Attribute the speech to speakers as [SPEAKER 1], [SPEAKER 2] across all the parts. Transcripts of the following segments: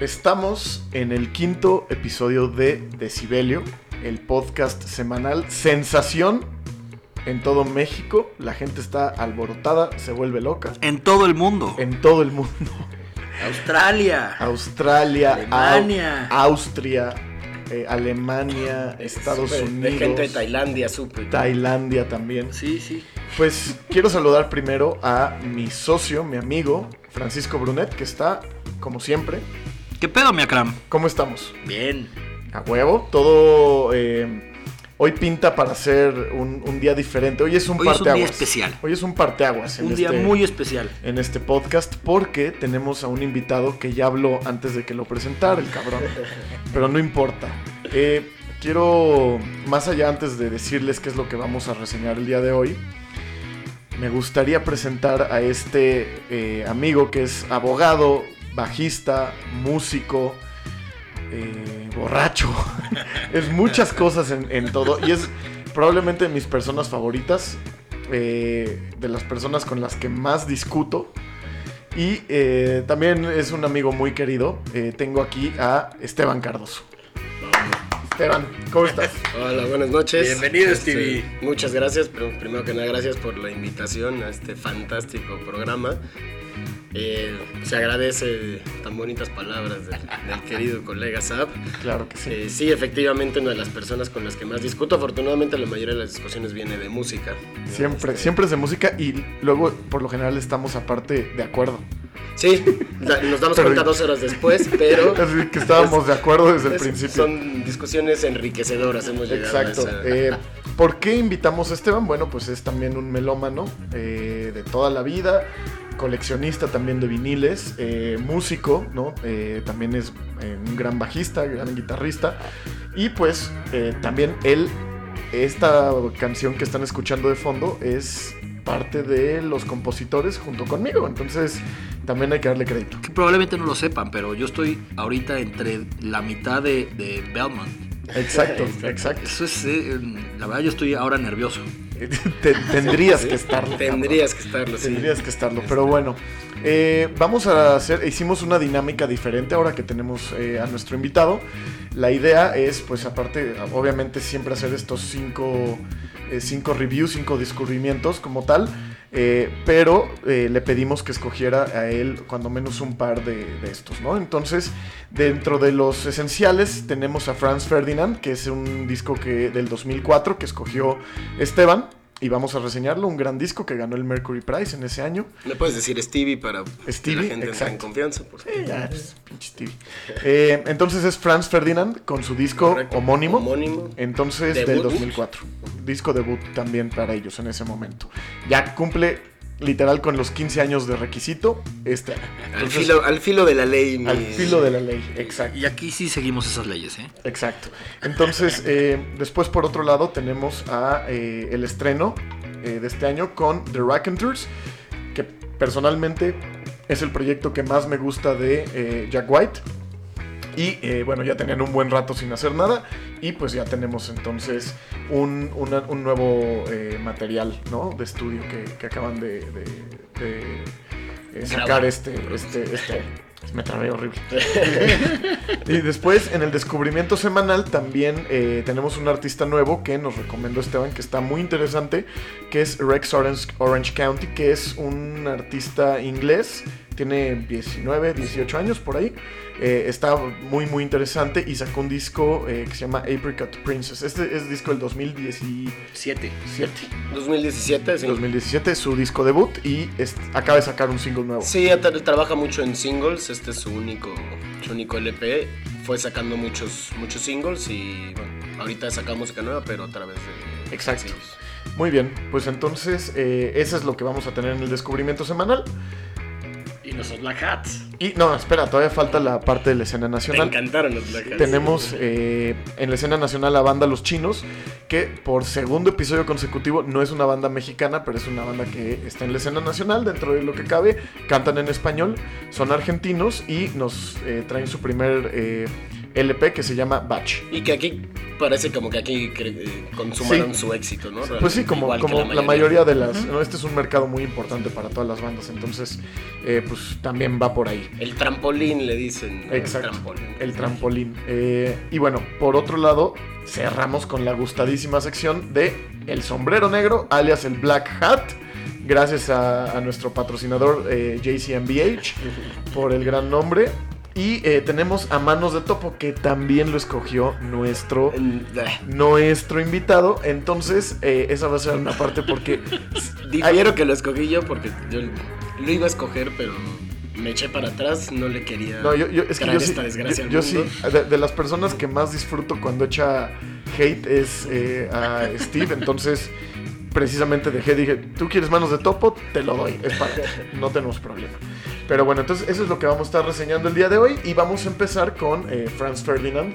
[SPEAKER 1] Estamos en el quinto episodio de Decibelio, el podcast semanal Sensación en todo México. La gente está alborotada, se vuelve loca.
[SPEAKER 2] En todo el mundo.
[SPEAKER 1] En todo el mundo.
[SPEAKER 2] Australia.
[SPEAKER 1] Australia,
[SPEAKER 2] Alemania.
[SPEAKER 1] Au- Austria, eh, Alemania, Estados
[SPEAKER 3] Súper,
[SPEAKER 1] Unidos,
[SPEAKER 3] De gente de Tailandia, súper.
[SPEAKER 1] Tailandia también.
[SPEAKER 2] Sí, sí.
[SPEAKER 1] Pues quiero saludar primero a mi socio, mi amigo, Francisco Brunet, que está, como siempre,
[SPEAKER 2] ¿Qué pedo, mi Akram?
[SPEAKER 1] ¿cómo estamos?
[SPEAKER 3] Bien.
[SPEAKER 1] A huevo, todo eh, hoy pinta para ser un, un día diferente. Hoy es un
[SPEAKER 2] Hoy es un día
[SPEAKER 1] parteaguas.
[SPEAKER 2] especial.
[SPEAKER 1] Hoy es un parteaguas. en
[SPEAKER 2] Un día
[SPEAKER 1] este-
[SPEAKER 2] muy especial.
[SPEAKER 1] en este podcast porque tenemos a un invitado que ya habló antes de que lo presentara el cabrón. Pero no importa. Eh, quiero, más allá antes de decirles qué es lo que vamos a reseñar el día de hoy, me gustaría presentar a este eh, amigo que es abogado, bajista, músico. eh, borracho, es muchas cosas en, en todo y es probablemente de mis personas favoritas eh, de las personas con las que más discuto. Y eh, también es un amigo muy querido. Eh, tengo aquí a Esteban Cardoso. Esteban, ¿cómo estás?
[SPEAKER 3] Hola, buenas noches.
[SPEAKER 4] Bienvenido,
[SPEAKER 3] Este,
[SPEAKER 4] Stevie.
[SPEAKER 3] Muchas gracias, pero primero que nada, gracias por la invitación a este fantástico programa. Eh, se agradece tan bonitas palabras del, del querido colega Zap.
[SPEAKER 1] Claro que sí.
[SPEAKER 3] Eh, sí, efectivamente, una de las personas con las que más discuto. Afortunadamente, la mayoría de las discusiones viene de música.
[SPEAKER 1] Siempre,
[SPEAKER 3] Este,
[SPEAKER 1] siempre es de música y luego por lo general estamos aparte de acuerdo.
[SPEAKER 3] Sí, da- nos damos
[SPEAKER 1] Pero-
[SPEAKER 3] cuenta dos horas después, pero.
[SPEAKER 1] Así que estábamos de acuerdo desde el
[SPEAKER 3] es-
[SPEAKER 1] principio.
[SPEAKER 3] Son discusiones enriquecedoras, hemos llegado
[SPEAKER 1] Pues Exacto.
[SPEAKER 3] a esa-
[SPEAKER 1] Eh, ¿Por qué invitamos a Esteban? Bueno, pues es también un melómano eh, de toda la vida, coleccionista también de viniles, eh, músico, ¿no? Eh, también es eh, un gran bajista, gran guitarrista. Y pues eh, también él, esta canción que están escuchando de fondo es parte de los compositores junto conmigo. Entonces también hay que darle crédito.
[SPEAKER 2] Que probablemente no lo sepan, pero yo estoy ahorita entre la mitad de, de Belmont.
[SPEAKER 1] Exacto, exacto.
[SPEAKER 2] Eso es, eh, la verdad, yo estoy ahora nervioso.
[SPEAKER 1] Te- tendrías que estarlo. cabrón.
[SPEAKER 3] Tendrías que estarlo, sí. Este,
[SPEAKER 1] Tendrías que estarlo, pero bueno. Eh, vamos a hacer, hicimos una dinámica diferente ahora que tenemos eh, a nuestro invitado. La idea es, pues aparte, obviamente siempre hacer estos cinco, eh, cinco reviews, cinco descubrimientos como tal, eh, pero eh, le pedimos que escogiera a él cuando menos un par de, de estos, ¿no? Entonces, dentro de los esenciales tenemos a Franz Ferdinand, que es un disco que, del 2004 que escogió Esteban. Y vamos a reseñarlo, un gran disco que ganó el Mercury Prize en ese año.
[SPEAKER 3] Le puedes decir Stevie para
[SPEAKER 1] Stevie,
[SPEAKER 3] que la gente entre en
[SPEAKER 1] exacto.
[SPEAKER 3] confianza. Por
[SPEAKER 1] Eh, ya, pues, pinche Stevie. Eh, entonces es Franz Ferdinand con su disco
[SPEAKER 3] Correcto.
[SPEAKER 1] homónimo.
[SPEAKER 3] Homónimo.
[SPEAKER 1] Entonces
[SPEAKER 3] ¿Debut?
[SPEAKER 1] del 2004. Disco debut también para ellos en ese momento. Ya cumple literal con los 15 años de requisito. Este, año.
[SPEAKER 3] al,
[SPEAKER 1] Entonces,
[SPEAKER 3] filo, al filo de la ley. mi-
[SPEAKER 1] al filo de la ley. Exacto.
[SPEAKER 2] Y aquí sí seguimos esas leyes, ¿eh?
[SPEAKER 1] Exacto. Entonces, eh, después por otro lado tenemos a eh, el estreno eh, de este año con The Raconteurs, que personalmente es el proyecto que más me gusta de eh, Jack White. Y eh, bueno, ya tenían un buen rato sin hacer nada y pues ya tenemos entonces un, una- un nuevo eh, material ¿no? de estudio que, que acaban de, de- de, eh, sacar
[SPEAKER 2] Grabar.
[SPEAKER 1] este, este, este... Me trabé horrible. Y después, en el descubrimiento semanal, también eh, tenemos un artista nuevo que nos recomendó Esteban, que está muy interesante, que es Rex Orange, Orange County, que es un artista inglés, tiene 19, 18 años por ahí. Eh, está muy, muy interesante y sacó un disco eh, que se llama Apricot Princess. Este es disco del 2017.
[SPEAKER 2] Siete.
[SPEAKER 3] 2017, sí.
[SPEAKER 1] 2017 es su disco debut y es- acaba de sacar un single nuevo.
[SPEAKER 3] Sí, ya tra- trabaja mucho en singles. Este es su único, su único LP. Fue sacando muchos, muchos singles y bueno, ahorita saca música nueva, pero a través de.
[SPEAKER 1] Exacto.
[SPEAKER 3] singles.
[SPEAKER 1] Muy bien, pues entonces eh, eso es lo que vamos a tener en el descubrimiento semanal.
[SPEAKER 4] Y los Black Hats.
[SPEAKER 1] Y no, espera, todavía falta la parte de la escena
[SPEAKER 3] Me
[SPEAKER 1] nacional.
[SPEAKER 3] encantaron los Black Hats.
[SPEAKER 1] Tenemos eh, en la escena nacional la banda Los Chinos, que por segundo episodio consecutivo no es una banda mexicana, pero es una banda que está en la escena nacional, dentro de lo que cabe, cantan en español, son argentinos y nos eh, traen su primer eh, LP que se llama Batch.
[SPEAKER 3] Y que aquí parece como que aquí cre- eh, consumaron
[SPEAKER 1] Sí.
[SPEAKER 3] su éxito, ¿no?
[SPEAKER 1] Pues sí, como,
[SPEAKER 3] Igual que
[SPEAKER 1] como la mayoría de las... ¿no? Este es un mercado muy importante para todas las bandas, entonces eh, pues también va por ahí.
[SPEAKER 3] El trampolín le dicen. ¿no?
[SPEAKER 1] Exacto.
[SPEAKER 3] El trampolín.
[SPEAKER 1] El trampolín. Eh, y bueno, por otro lado, cerramos con la gustadísima sección de El Sombrero Negro, alias el Black Hat. Gracias a, a nuestro patrocinador eh, JCMBH por el gran nombre. Y eh, tenemos a Manos de Topo, que también lo escogió nuestro
[SPEAKER 3] El- eh,
[SPEAKER 1] nuestro invitado. Entonces, eh, esa va a ser una parte porque
[SPEAKER 3] Difiero que lo escogí yo porque yo lo iba a escoger, pero me eché para atrás, no le quería
[SPEAKER 1] No, yo, yo- es que
[SPEAKER 3] traer
[SPEAKER 1] yo sí,
[SPEAKER 3] esta
[SPEAKER 1] yo,
[SPEAKER 3] desgracia al
[SPEAKER 1] yo sí,
[SPEAKER 3] mundo.
[SPEAKER 1] de, de las personas que más disfruto cuando echa hate es eh, a Steve, entonces precisamente dejé, dije, tú quieres manos de topo, te lo doy, es para ti, no tenemos problema. Pero bueno, entonces eso es lo que vamos a estar reseñando el día de hoy y vamos a empezar con eh, Franz Ferdinand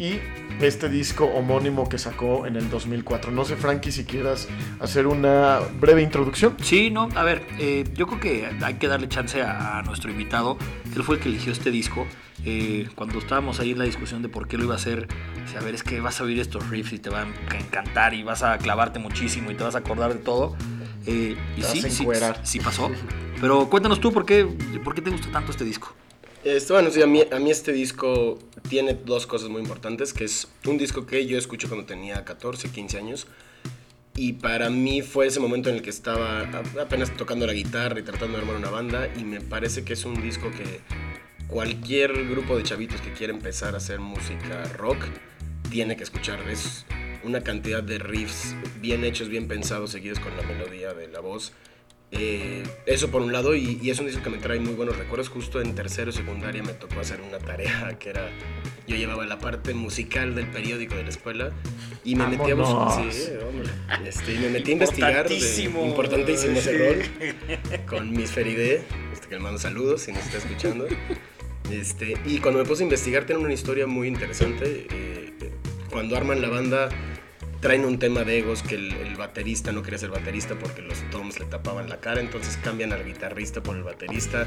[SPEAKER 1] y este disco homónimo que sacó en el 2004. No sé, Frankie, si quieras hacer una breve introducción.
[SPEAKER 2] Sí, no, a ver, eh, yo creo que hay que darle chance a, a nuestro invitado. Él fue el que eligió este disco. Eh, cuando estábamos ahí en la discusión de por qué lo iba a hacer, dice, a ver, es que vas a oír estos riffs y te van a encantar y vas a clavarte muchísimo y te vas a acordar de todo. Eh, y
[SPEAKER 1] Te vas
[SPEAKER 2] sí,
[SPEAKER 1] a
[SPEAKER 2] sí,
[SPEAKER 1] encuerar.
[SPEAKER 2] sí pasó. Pero cuéntanos tú por qué, por qué te gusta tanto este disco.
[SPEAKER 3] Este, bueno, sí, a mí, a mí este disco tiene dos cosas muy importantes, que es un disco que yo escuché cuando tenía 14, 15 años, y para mí fue ese momento en el que estaba a- apenas tocando la guitarra y tratando de armar una banda, y me parece que es un disco que cualquier grupo de chavitos que quiere empezar a hacer música rock tiene que escuchar. Es una cantidad de riffs bien hechos, bien pensados, seguidos con la melodía de la voz. Eh, eso por un lado, y, y es un disco que me trae muy buenos recuerdos. Justo en tercero secundaria me tocó hacer una tarea que era. Yo llevaba la parte musical del periódico de la escuela y me metí a bus-
[SPEAKER 1] Vámonos.
[SPEAKER 3] sí, hombre. Este, y me metí a investigar. de-
[SPEAKER 4] Importantísimo.
[SPEAKER 3] importantísimo ese
[SPEAKER 4] Sí.
[SPEAKER 3] rol con Miss Feride, este, que le mando saludos si nos está escuchando. Este, y cuando me puse a investigar, tienen una historia muy interesante. Eh, cuando arman la banda, traen un tema de egos que el, el baterista no quería ser baterista porque los toms le tapaban la cara, entonces cambian al guitarrista por el baterista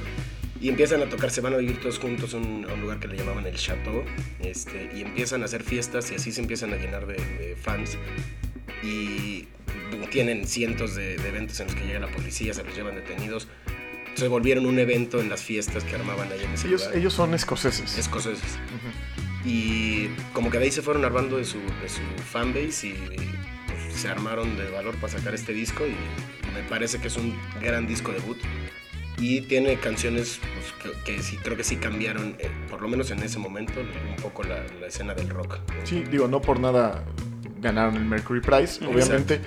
[SPEAKER 3] y empiezan a tocar, se van a vivir todos juntos a un, a un lugar que le llamaban el Chateau este, y empiezan a hacer fiestas y así se empiezan a llenar de- de fans y tienen cientos de, de eventos en los que llega la policía, se los llevan detenidos. Se volvieron un evento en las fiestas que armaban allá en ese
[SPEAKER 1] Ellos,
[SPEAKER 3] lugar.
[SPEAKER 1] ellos son escoceses.
[SPEAKER 3] Escoceses.
[SPEAKER 1] Ujú.
[SPEAKER 3] Y como que de ahí se fueron armando de su, de su fanbase y, pues, se armaron de valor para sacar este disco y me parece que es un gran disco debut. Y tiene canciones pues, que, que sí, creo que sí cambiaron, eh, por lo menos en ese momento, un poco la, la escena del rock.
[SPEAKER 1] Sí, digo, no por nada ganaron el Mercury Prize, obviamente.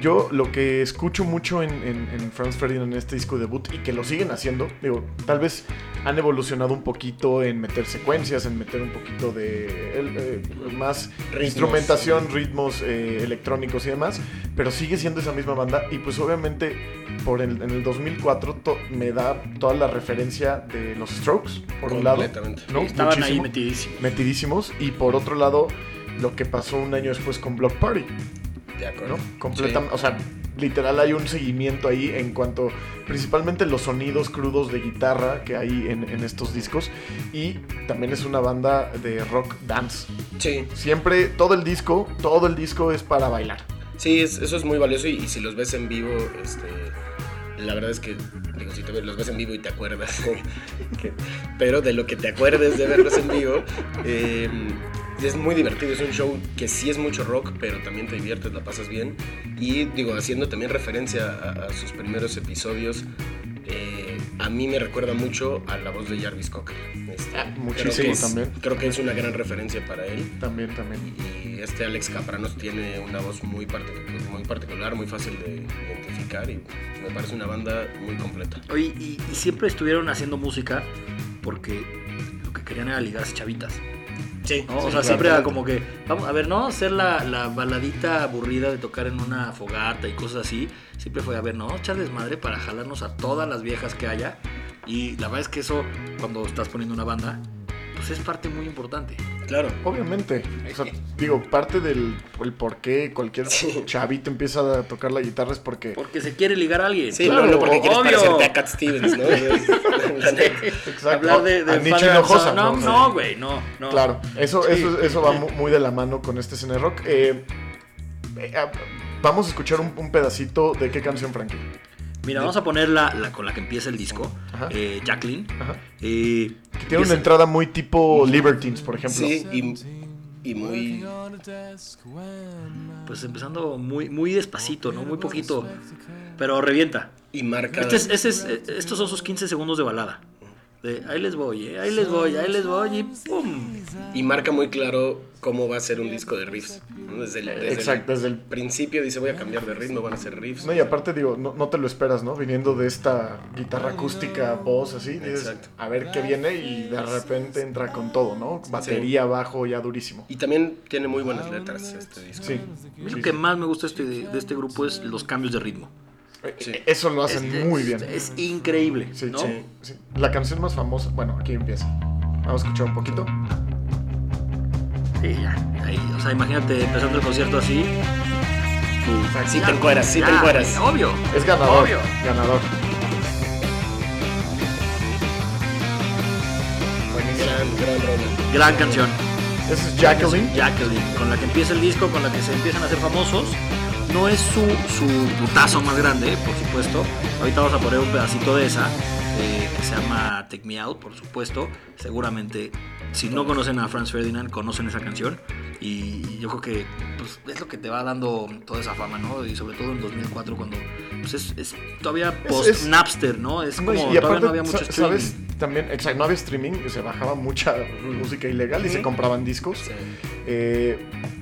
[SPEAKER 1] Yo lo que escucho mucho en, en, en Franz Ferdinand en este disco debut y que lo siguen haciendo, digo, tal vez han evolucionado un poquito en meter secuencias, en meter un poquito de el- eh, más
[SPEAKER 3] Ritmos.
[SPEAKER 1] instrumentación, ritmos eh, electrónicos y demás, pero sigue siendo esa misma banda y pues obviamente por el, en el 2004 to- me da toda la referencia de los Strokes, por un lado.
[SPEAKER 3] Completamente.
[SPEAKER 1] ¿no?
[SPEAKER 4] Estaban ahí
[SPEAKER 1] Muchísimo
[SPEAKER 4] metidísimos.
[SPEAKER 1] metidísimos y por otro lado lo que pasó un año después con Block Party,
[SPEAKER 3] ¿De
[SPEAKER 1] ¿no?
[SPEAKER 3] acuerdo?
[SPEAKER 1] Completamente, o sea, literal hay un seguimiento ahí en cuanto principalmente los sonidos crudos de guitarra que hay en, en estos discos y también es una banda de rock dance.
[SPEAKER 3] Sí,
[SPEAKER 1] Siempre todo el disco, todo el disco es para bailar.
[SPEAKER 3] Sí, es- eso es muy valioso y, y si los ves en vivo, este, la verdad es que, digo, si te ves- los ves en vivo y te acuerdas, que- pero de lo que te acuerdes de verlos en vivo, eh, es muy divertido, es un show que sí es mucho rock, pero también te diviertes, la pasas bien. Y digo, haciendo también referencia a, a sus primeros episodios, eh, a mí me recuerda mucho a la voz de Jarvis Cocker. Este,
[SPEAKER 1] Ah, muchísimo
[SPEAKER 3] creo que es-
[SPEAKER 1] también.
[SPEAKER 3] Creo que es una gran referencia para él
[SPEAKER 1] También, también.
[SPEAKER 3] y este Alex Capranos tiene una voz muy, particu- muy particular, muy fácil de identificar y me parece una banda muy completa.
[SPEAKER 2] Oye, y, y siempre estuvieron haciendo música porque lo que querían era ligarse chavitas.
[SPEAKER 3] Sí,
[SPEAKER 2] ¿no? o sea, siempre era como que, vamos, a ver, no hacer la, la baladita aburrida de tocar en una fogata y cosas así. Siempre fue, a ver, no, echar desmadre para jalarnos a todas las viejas que haya. Y la verdad es que eso, cuando estás poniendo una banda, pues es parte muy importante.
[SPEAKER 3] Claro.
[SPEAKER 1] Obviamente. O sea, digo, parte del el por qué cualquier chavito empieza a tocar la guitarra es porque...
[SPEAKER 2] Porque se quiere ligar a alguien.
[SPEAKER 3] Sí,
[SPEAKER 1] Claro,
[SPEAKER 3] no, no porque quieres
[SPEAKER 2] obvio.
[SPEAKER 3] parecerte a Cat Stevens, ¿no? La neta.
[SPEAKER 2] Hablar de, de
[SPEAKER 1] A Nietzsche
[SPEAKER 2] Father
[SPEAKER 1] y
[SPEAKER 2] and
[SPEAKER 1] Hinojosa,
[SPEAKER 2] Son. No,
[SPEAKER 1] ¿no?
[SPEAKER 2] no, güey, no, no.
[SPEAKER 1] Claro, eso,
[SPEAKER 2] Sí.
[SPEAKER 1] eso, eso va mu- muy de la mano con este cine rock. Eh, eh, ah, vamos a escuchar un, un pedacito de qué canción, Frankie.
[SPEAKER 2] Mira, vamos a poner la, la con la que empieza el disco,
[SPEAKER 1] Ajá.
[SPEAKER 2] eh, Jacqueline.
[SPEAKER 1] Ajá.
[SPEAKER 2] Eh,
[SPEAKER 1] Que tiene una
[SPEAKER 2] empieza-
[SPEAKER 1] entrada muy tipo Libertines, por ejemplo.
[SPEAKER 3] Sí, y, y muy.
[SPEAKER 2] Pues empezando muy, muy despacito, ¿no? Muy poquito. Pero revienta.
[SPEAKER 3] Y marca.
[SPEAKER 2] Este es- este es- eh, estos son sus 15 segundos de balada. De, ahí les voy, eh, ahí les voy, ahí les voy y ¡pum!
[SPEAKER 3] Y marca muy claro cómo va a ser un disco de riffs. ¿no? Desde el, desde el
[SPEAKER 1] Exacto, desde el...
[SPEAKER 3] principio dice voy a cambiar de ritmo, van a ser riffs.
[SPEAKER 1] No, y aparte digo, no, no te lo esperas, ¿no? Viniendo de esta guitarra acústica, voz, así, dices,
[SPEAKER 3] Exacto.
[SPEAKER 1] a ver qué viene y de repente entra con todo, ¿no? Batería, bajo, ya durísimo.
[SPEAKER 3] Y también tiene muy buenas letras este disco.
[SPEAKER 1] Sí.
[SPEAKER 2] A mí Lo
[SPEAKER 1] Sí,
[SPEAKER 2] que
[SPEAKER 1] sí.
[SPEAKER 2] más me gusta este- de, de este grupo es los cambios de ritmo.
[SPEAKER 1] Eh,
[SPEAKER 3] Sí.
[SPEAKER 1] Eso lo hacen
[SPEAKER 2] Es-
[SPEAKER 1] muy
[SPEAKER 2] es-
[SPEAKER 1] bien.
[SPEAKER 2] Es, increíble,
[SPEAKER 1] Sí,
[SPEAKER 2] ¿no?
[SPEAKER 1] sí, sí. La canción más famosa, bueno, aquí empieza. Vamos a escuchar un poquito.
[SPEAKER 2] Sí, ya. Ahí, o sea, imagínate empezando el concierto así.
[SPEAKER 3] Sí te Ah, encueras, sí te
[SPEAKER 2] Ya,
[SPEAKER 3] encueras.
[SPEAKER 2] Obvio.
[SPEAKER 1] Es ganador.
[SPEAKER 2] Obvio.
[SPEAKER 1] Ganador.
[SPEAKER 3] Gran, gran rola.
[SPEAKER 2] Gran canción.
[SPEAKER 1] Ese es Jacqueline.
[SPEAKER 2] Jacqueline, con la que empieza el disco, con la que se empiezan a hacer famosos. No es su, su putazo más grande, por supuesto. Ahorita vamos a poner un pedacito de esa, eh, que se llama Take Me Out, por supuesto. Seguramente, si no conocen a Franz Ferdinand, conocen esa canción. Y yo creo que pues, es lo que te va dando toda esa fama, ¿no? Y sobre todo en 2004, cuando pues, es, es todavía
[SPEAKER 1] Es-
[SPEAKER 2] post
[SPEAKER 1] es-
[SPEAKER 2] Napster, ¿no? Es como
[SPEAKER 1] No, y
[SPEAKER 2] todavía
[SPEAKER 1] aparte,
[SPEAKER 2] no había mucho
[SPEAKER 1] sa-
[SPEAKER 2] streaming. Mm.
[SPEAKER 1] ¿sabes? También, exacto, no había streaming, se bajaba mucha música ilegal y se compraban discos. Eh,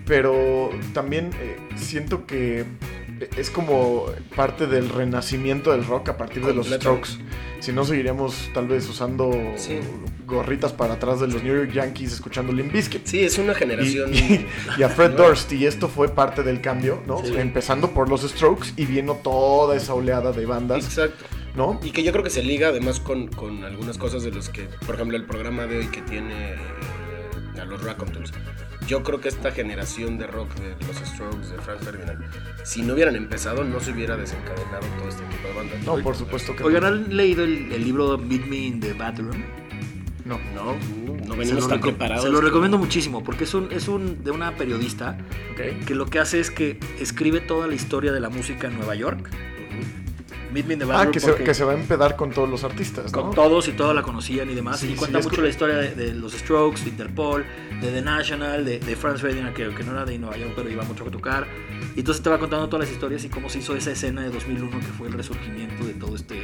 [SPEAKER 1] pero también eh, siento que eh, es como parte del renacimiento del rock a partir de los
[SPEAKER 3] Completamente.
[SPEAKER 1] Strokes. Si no, seguiríamos tal vez usando
[SPEAKER 3] Sí.
[SPEAKER 1] gorritas para atrás de los New York Yankees escuchando Limp Bizkit.
[SPEAKER 3] Sí, es una
[SPEAKER 1] Y,
[SPEAKER 3] generación.
[SPEAKER 1] y- y a Fred Durst, y esto fue parte del cambio, ¿no?
[SPEAKER 3] Sí.
[SPEAKER 1] Empezando por los Strokes y vino toda esa oleada de bandas,
[SPEAKER 3] Exacto.
[SPEAKER 1] ¿no?
[SPEAKER 3] Y que yo creo que se liga además con, con algunas cosas de los que, por ejemplo, el programa de hoy que tiene eh, a los Raconteurs. Yo creo que esta generación de rock de los Strokes, de Frank Ferdinand, si no hubieran empezado, no se hubiera desencadenado todo este tipo de bandas.
[SPEAKER 1] No, por supuesto que
[SPEAKER 2] Oigan,
[SPEAKER 1] no.
[SPEAKER 2] ¿han leído el, el libro Meet Me in the Bathroom?
[SPEAKER 1] No.
[SPEAKER 3] No, no
[SPEAKER 2] Se
[SPEAKER 3] venimos
[SPEAKER 2] lo,
[SPEAKER 3] tan
[SPEAKER 2] reco-
[SPEAKER 3] preparados.
[SPEAKER 2] se lo recomiendo muchísimo porque es un, es un de una periodista
[SPEAKER 1] Ok.
[SPEAKER 2] que lo que hace es que escribe toda la historia de la música en Nueva York. Meet Me in the
[SPEAKER 1] Ah,
[SPEAKER 2] Bathroom
[SPEAKER 1] que se,
[SPEAKER 2] porque
[SPEAKER 1] que se va a empedar con todos los artistas, ¿no?
[SPEAKER 2] con todos y todos la conocían y demás.
[SPEAKER 1] Sí,
[SPEAKER 2] y
[SPEAKER 1] sí,
[SPEAKER 2] cuenta
[SPEAKER 1] es
[SPEAKER 2] mucho
[SPEAKER 1] que-
[SPEAKER 2] la historia de, de los Strokes, de Interpol, de The National, de, de Franz Ferdinand, que, que no era de Nueva York, pero iba mucho a tocar. Y entonces te va contando todas las historias y cómo se hizo esa escena de 2001 que fue el resurgimiento de todo este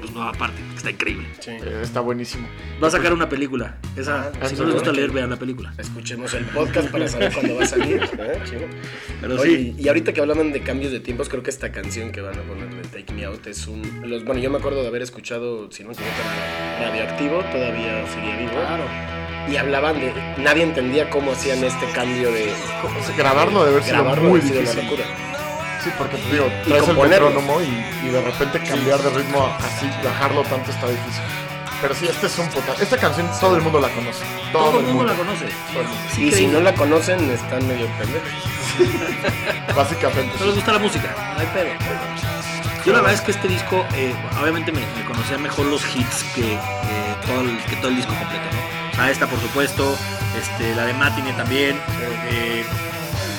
[SPEAKER 2] pues, nueva parte. que Está increíble.
[SPEAKER 3] Sí.
[SPEAKER 1] Eh, está buenísimo.
[SPEAKER 2] Va a sacar una película. Esa,
[SPEAKER 3] Ah,
[SPEAKER 2] si
[SPEAKER 1] sí,
[SPEAKER 2] no les gusta
[SPEAKER 3] ok.
[SPEAKER 2] leer, vean la película.
[SPEAKER 3] Escuchemos el podcast para saber cuándo va a salir. Ah, chido.
[SPEAKER 2] Pero
[SPEAKER 3] Oye,
[SPEAKER 2] sí.
[SPEAKER 3] y ahorita que hablaban de cambios de tiempos, creo que esta canción que van a poner de Take Me Out es un... Los, bueno, yo me acuerdo de haber escuchado, si no me equivoco, era Radioactivo, todavía seguía vivo. Y hablaban de... Nadie entendía cómo hacían este cambio de...
[SPEAKER 1] Grabarlo ha de haber sido
[SPEAKER 3] Grabarlo
[SPEAKER 1] muy
[SPEAKER 3] ha sido una
[SPEAKER 1] difícil.
[SPEAKER 3] locura.
[SPEAKER 1] Sí, porque digo, traes el
[SPEAKER 3] componerlo.
[SPEAKER 1] metrónomo y, y de repente cambiar de ritmo así, bajarlo tanto está difícil. Pero sí, este es un puta. Esta canción todo el mundo la conoce. Todo,
[SPEAKER 2] Todo el
[SPEAKER 1] el mundo.
[SPEAKER 2] mundo la conoce. Es
[SPEAKER 3] Y si
[SPEAKER 2] increíble.
[SPEAKER 3] no la conocen, están medio pendejos.
[SPEAKER 1] Básicamente.
[SPEAKER 2] No les gusta la música, no hay pedo. Yo la verdad es que este disco, eh, obviamente me, me conocía mejor los hits que, eh, todo el, que todo el disco completo, ¿no? O sea, esta por supuesto, este, la de Matine también, eh,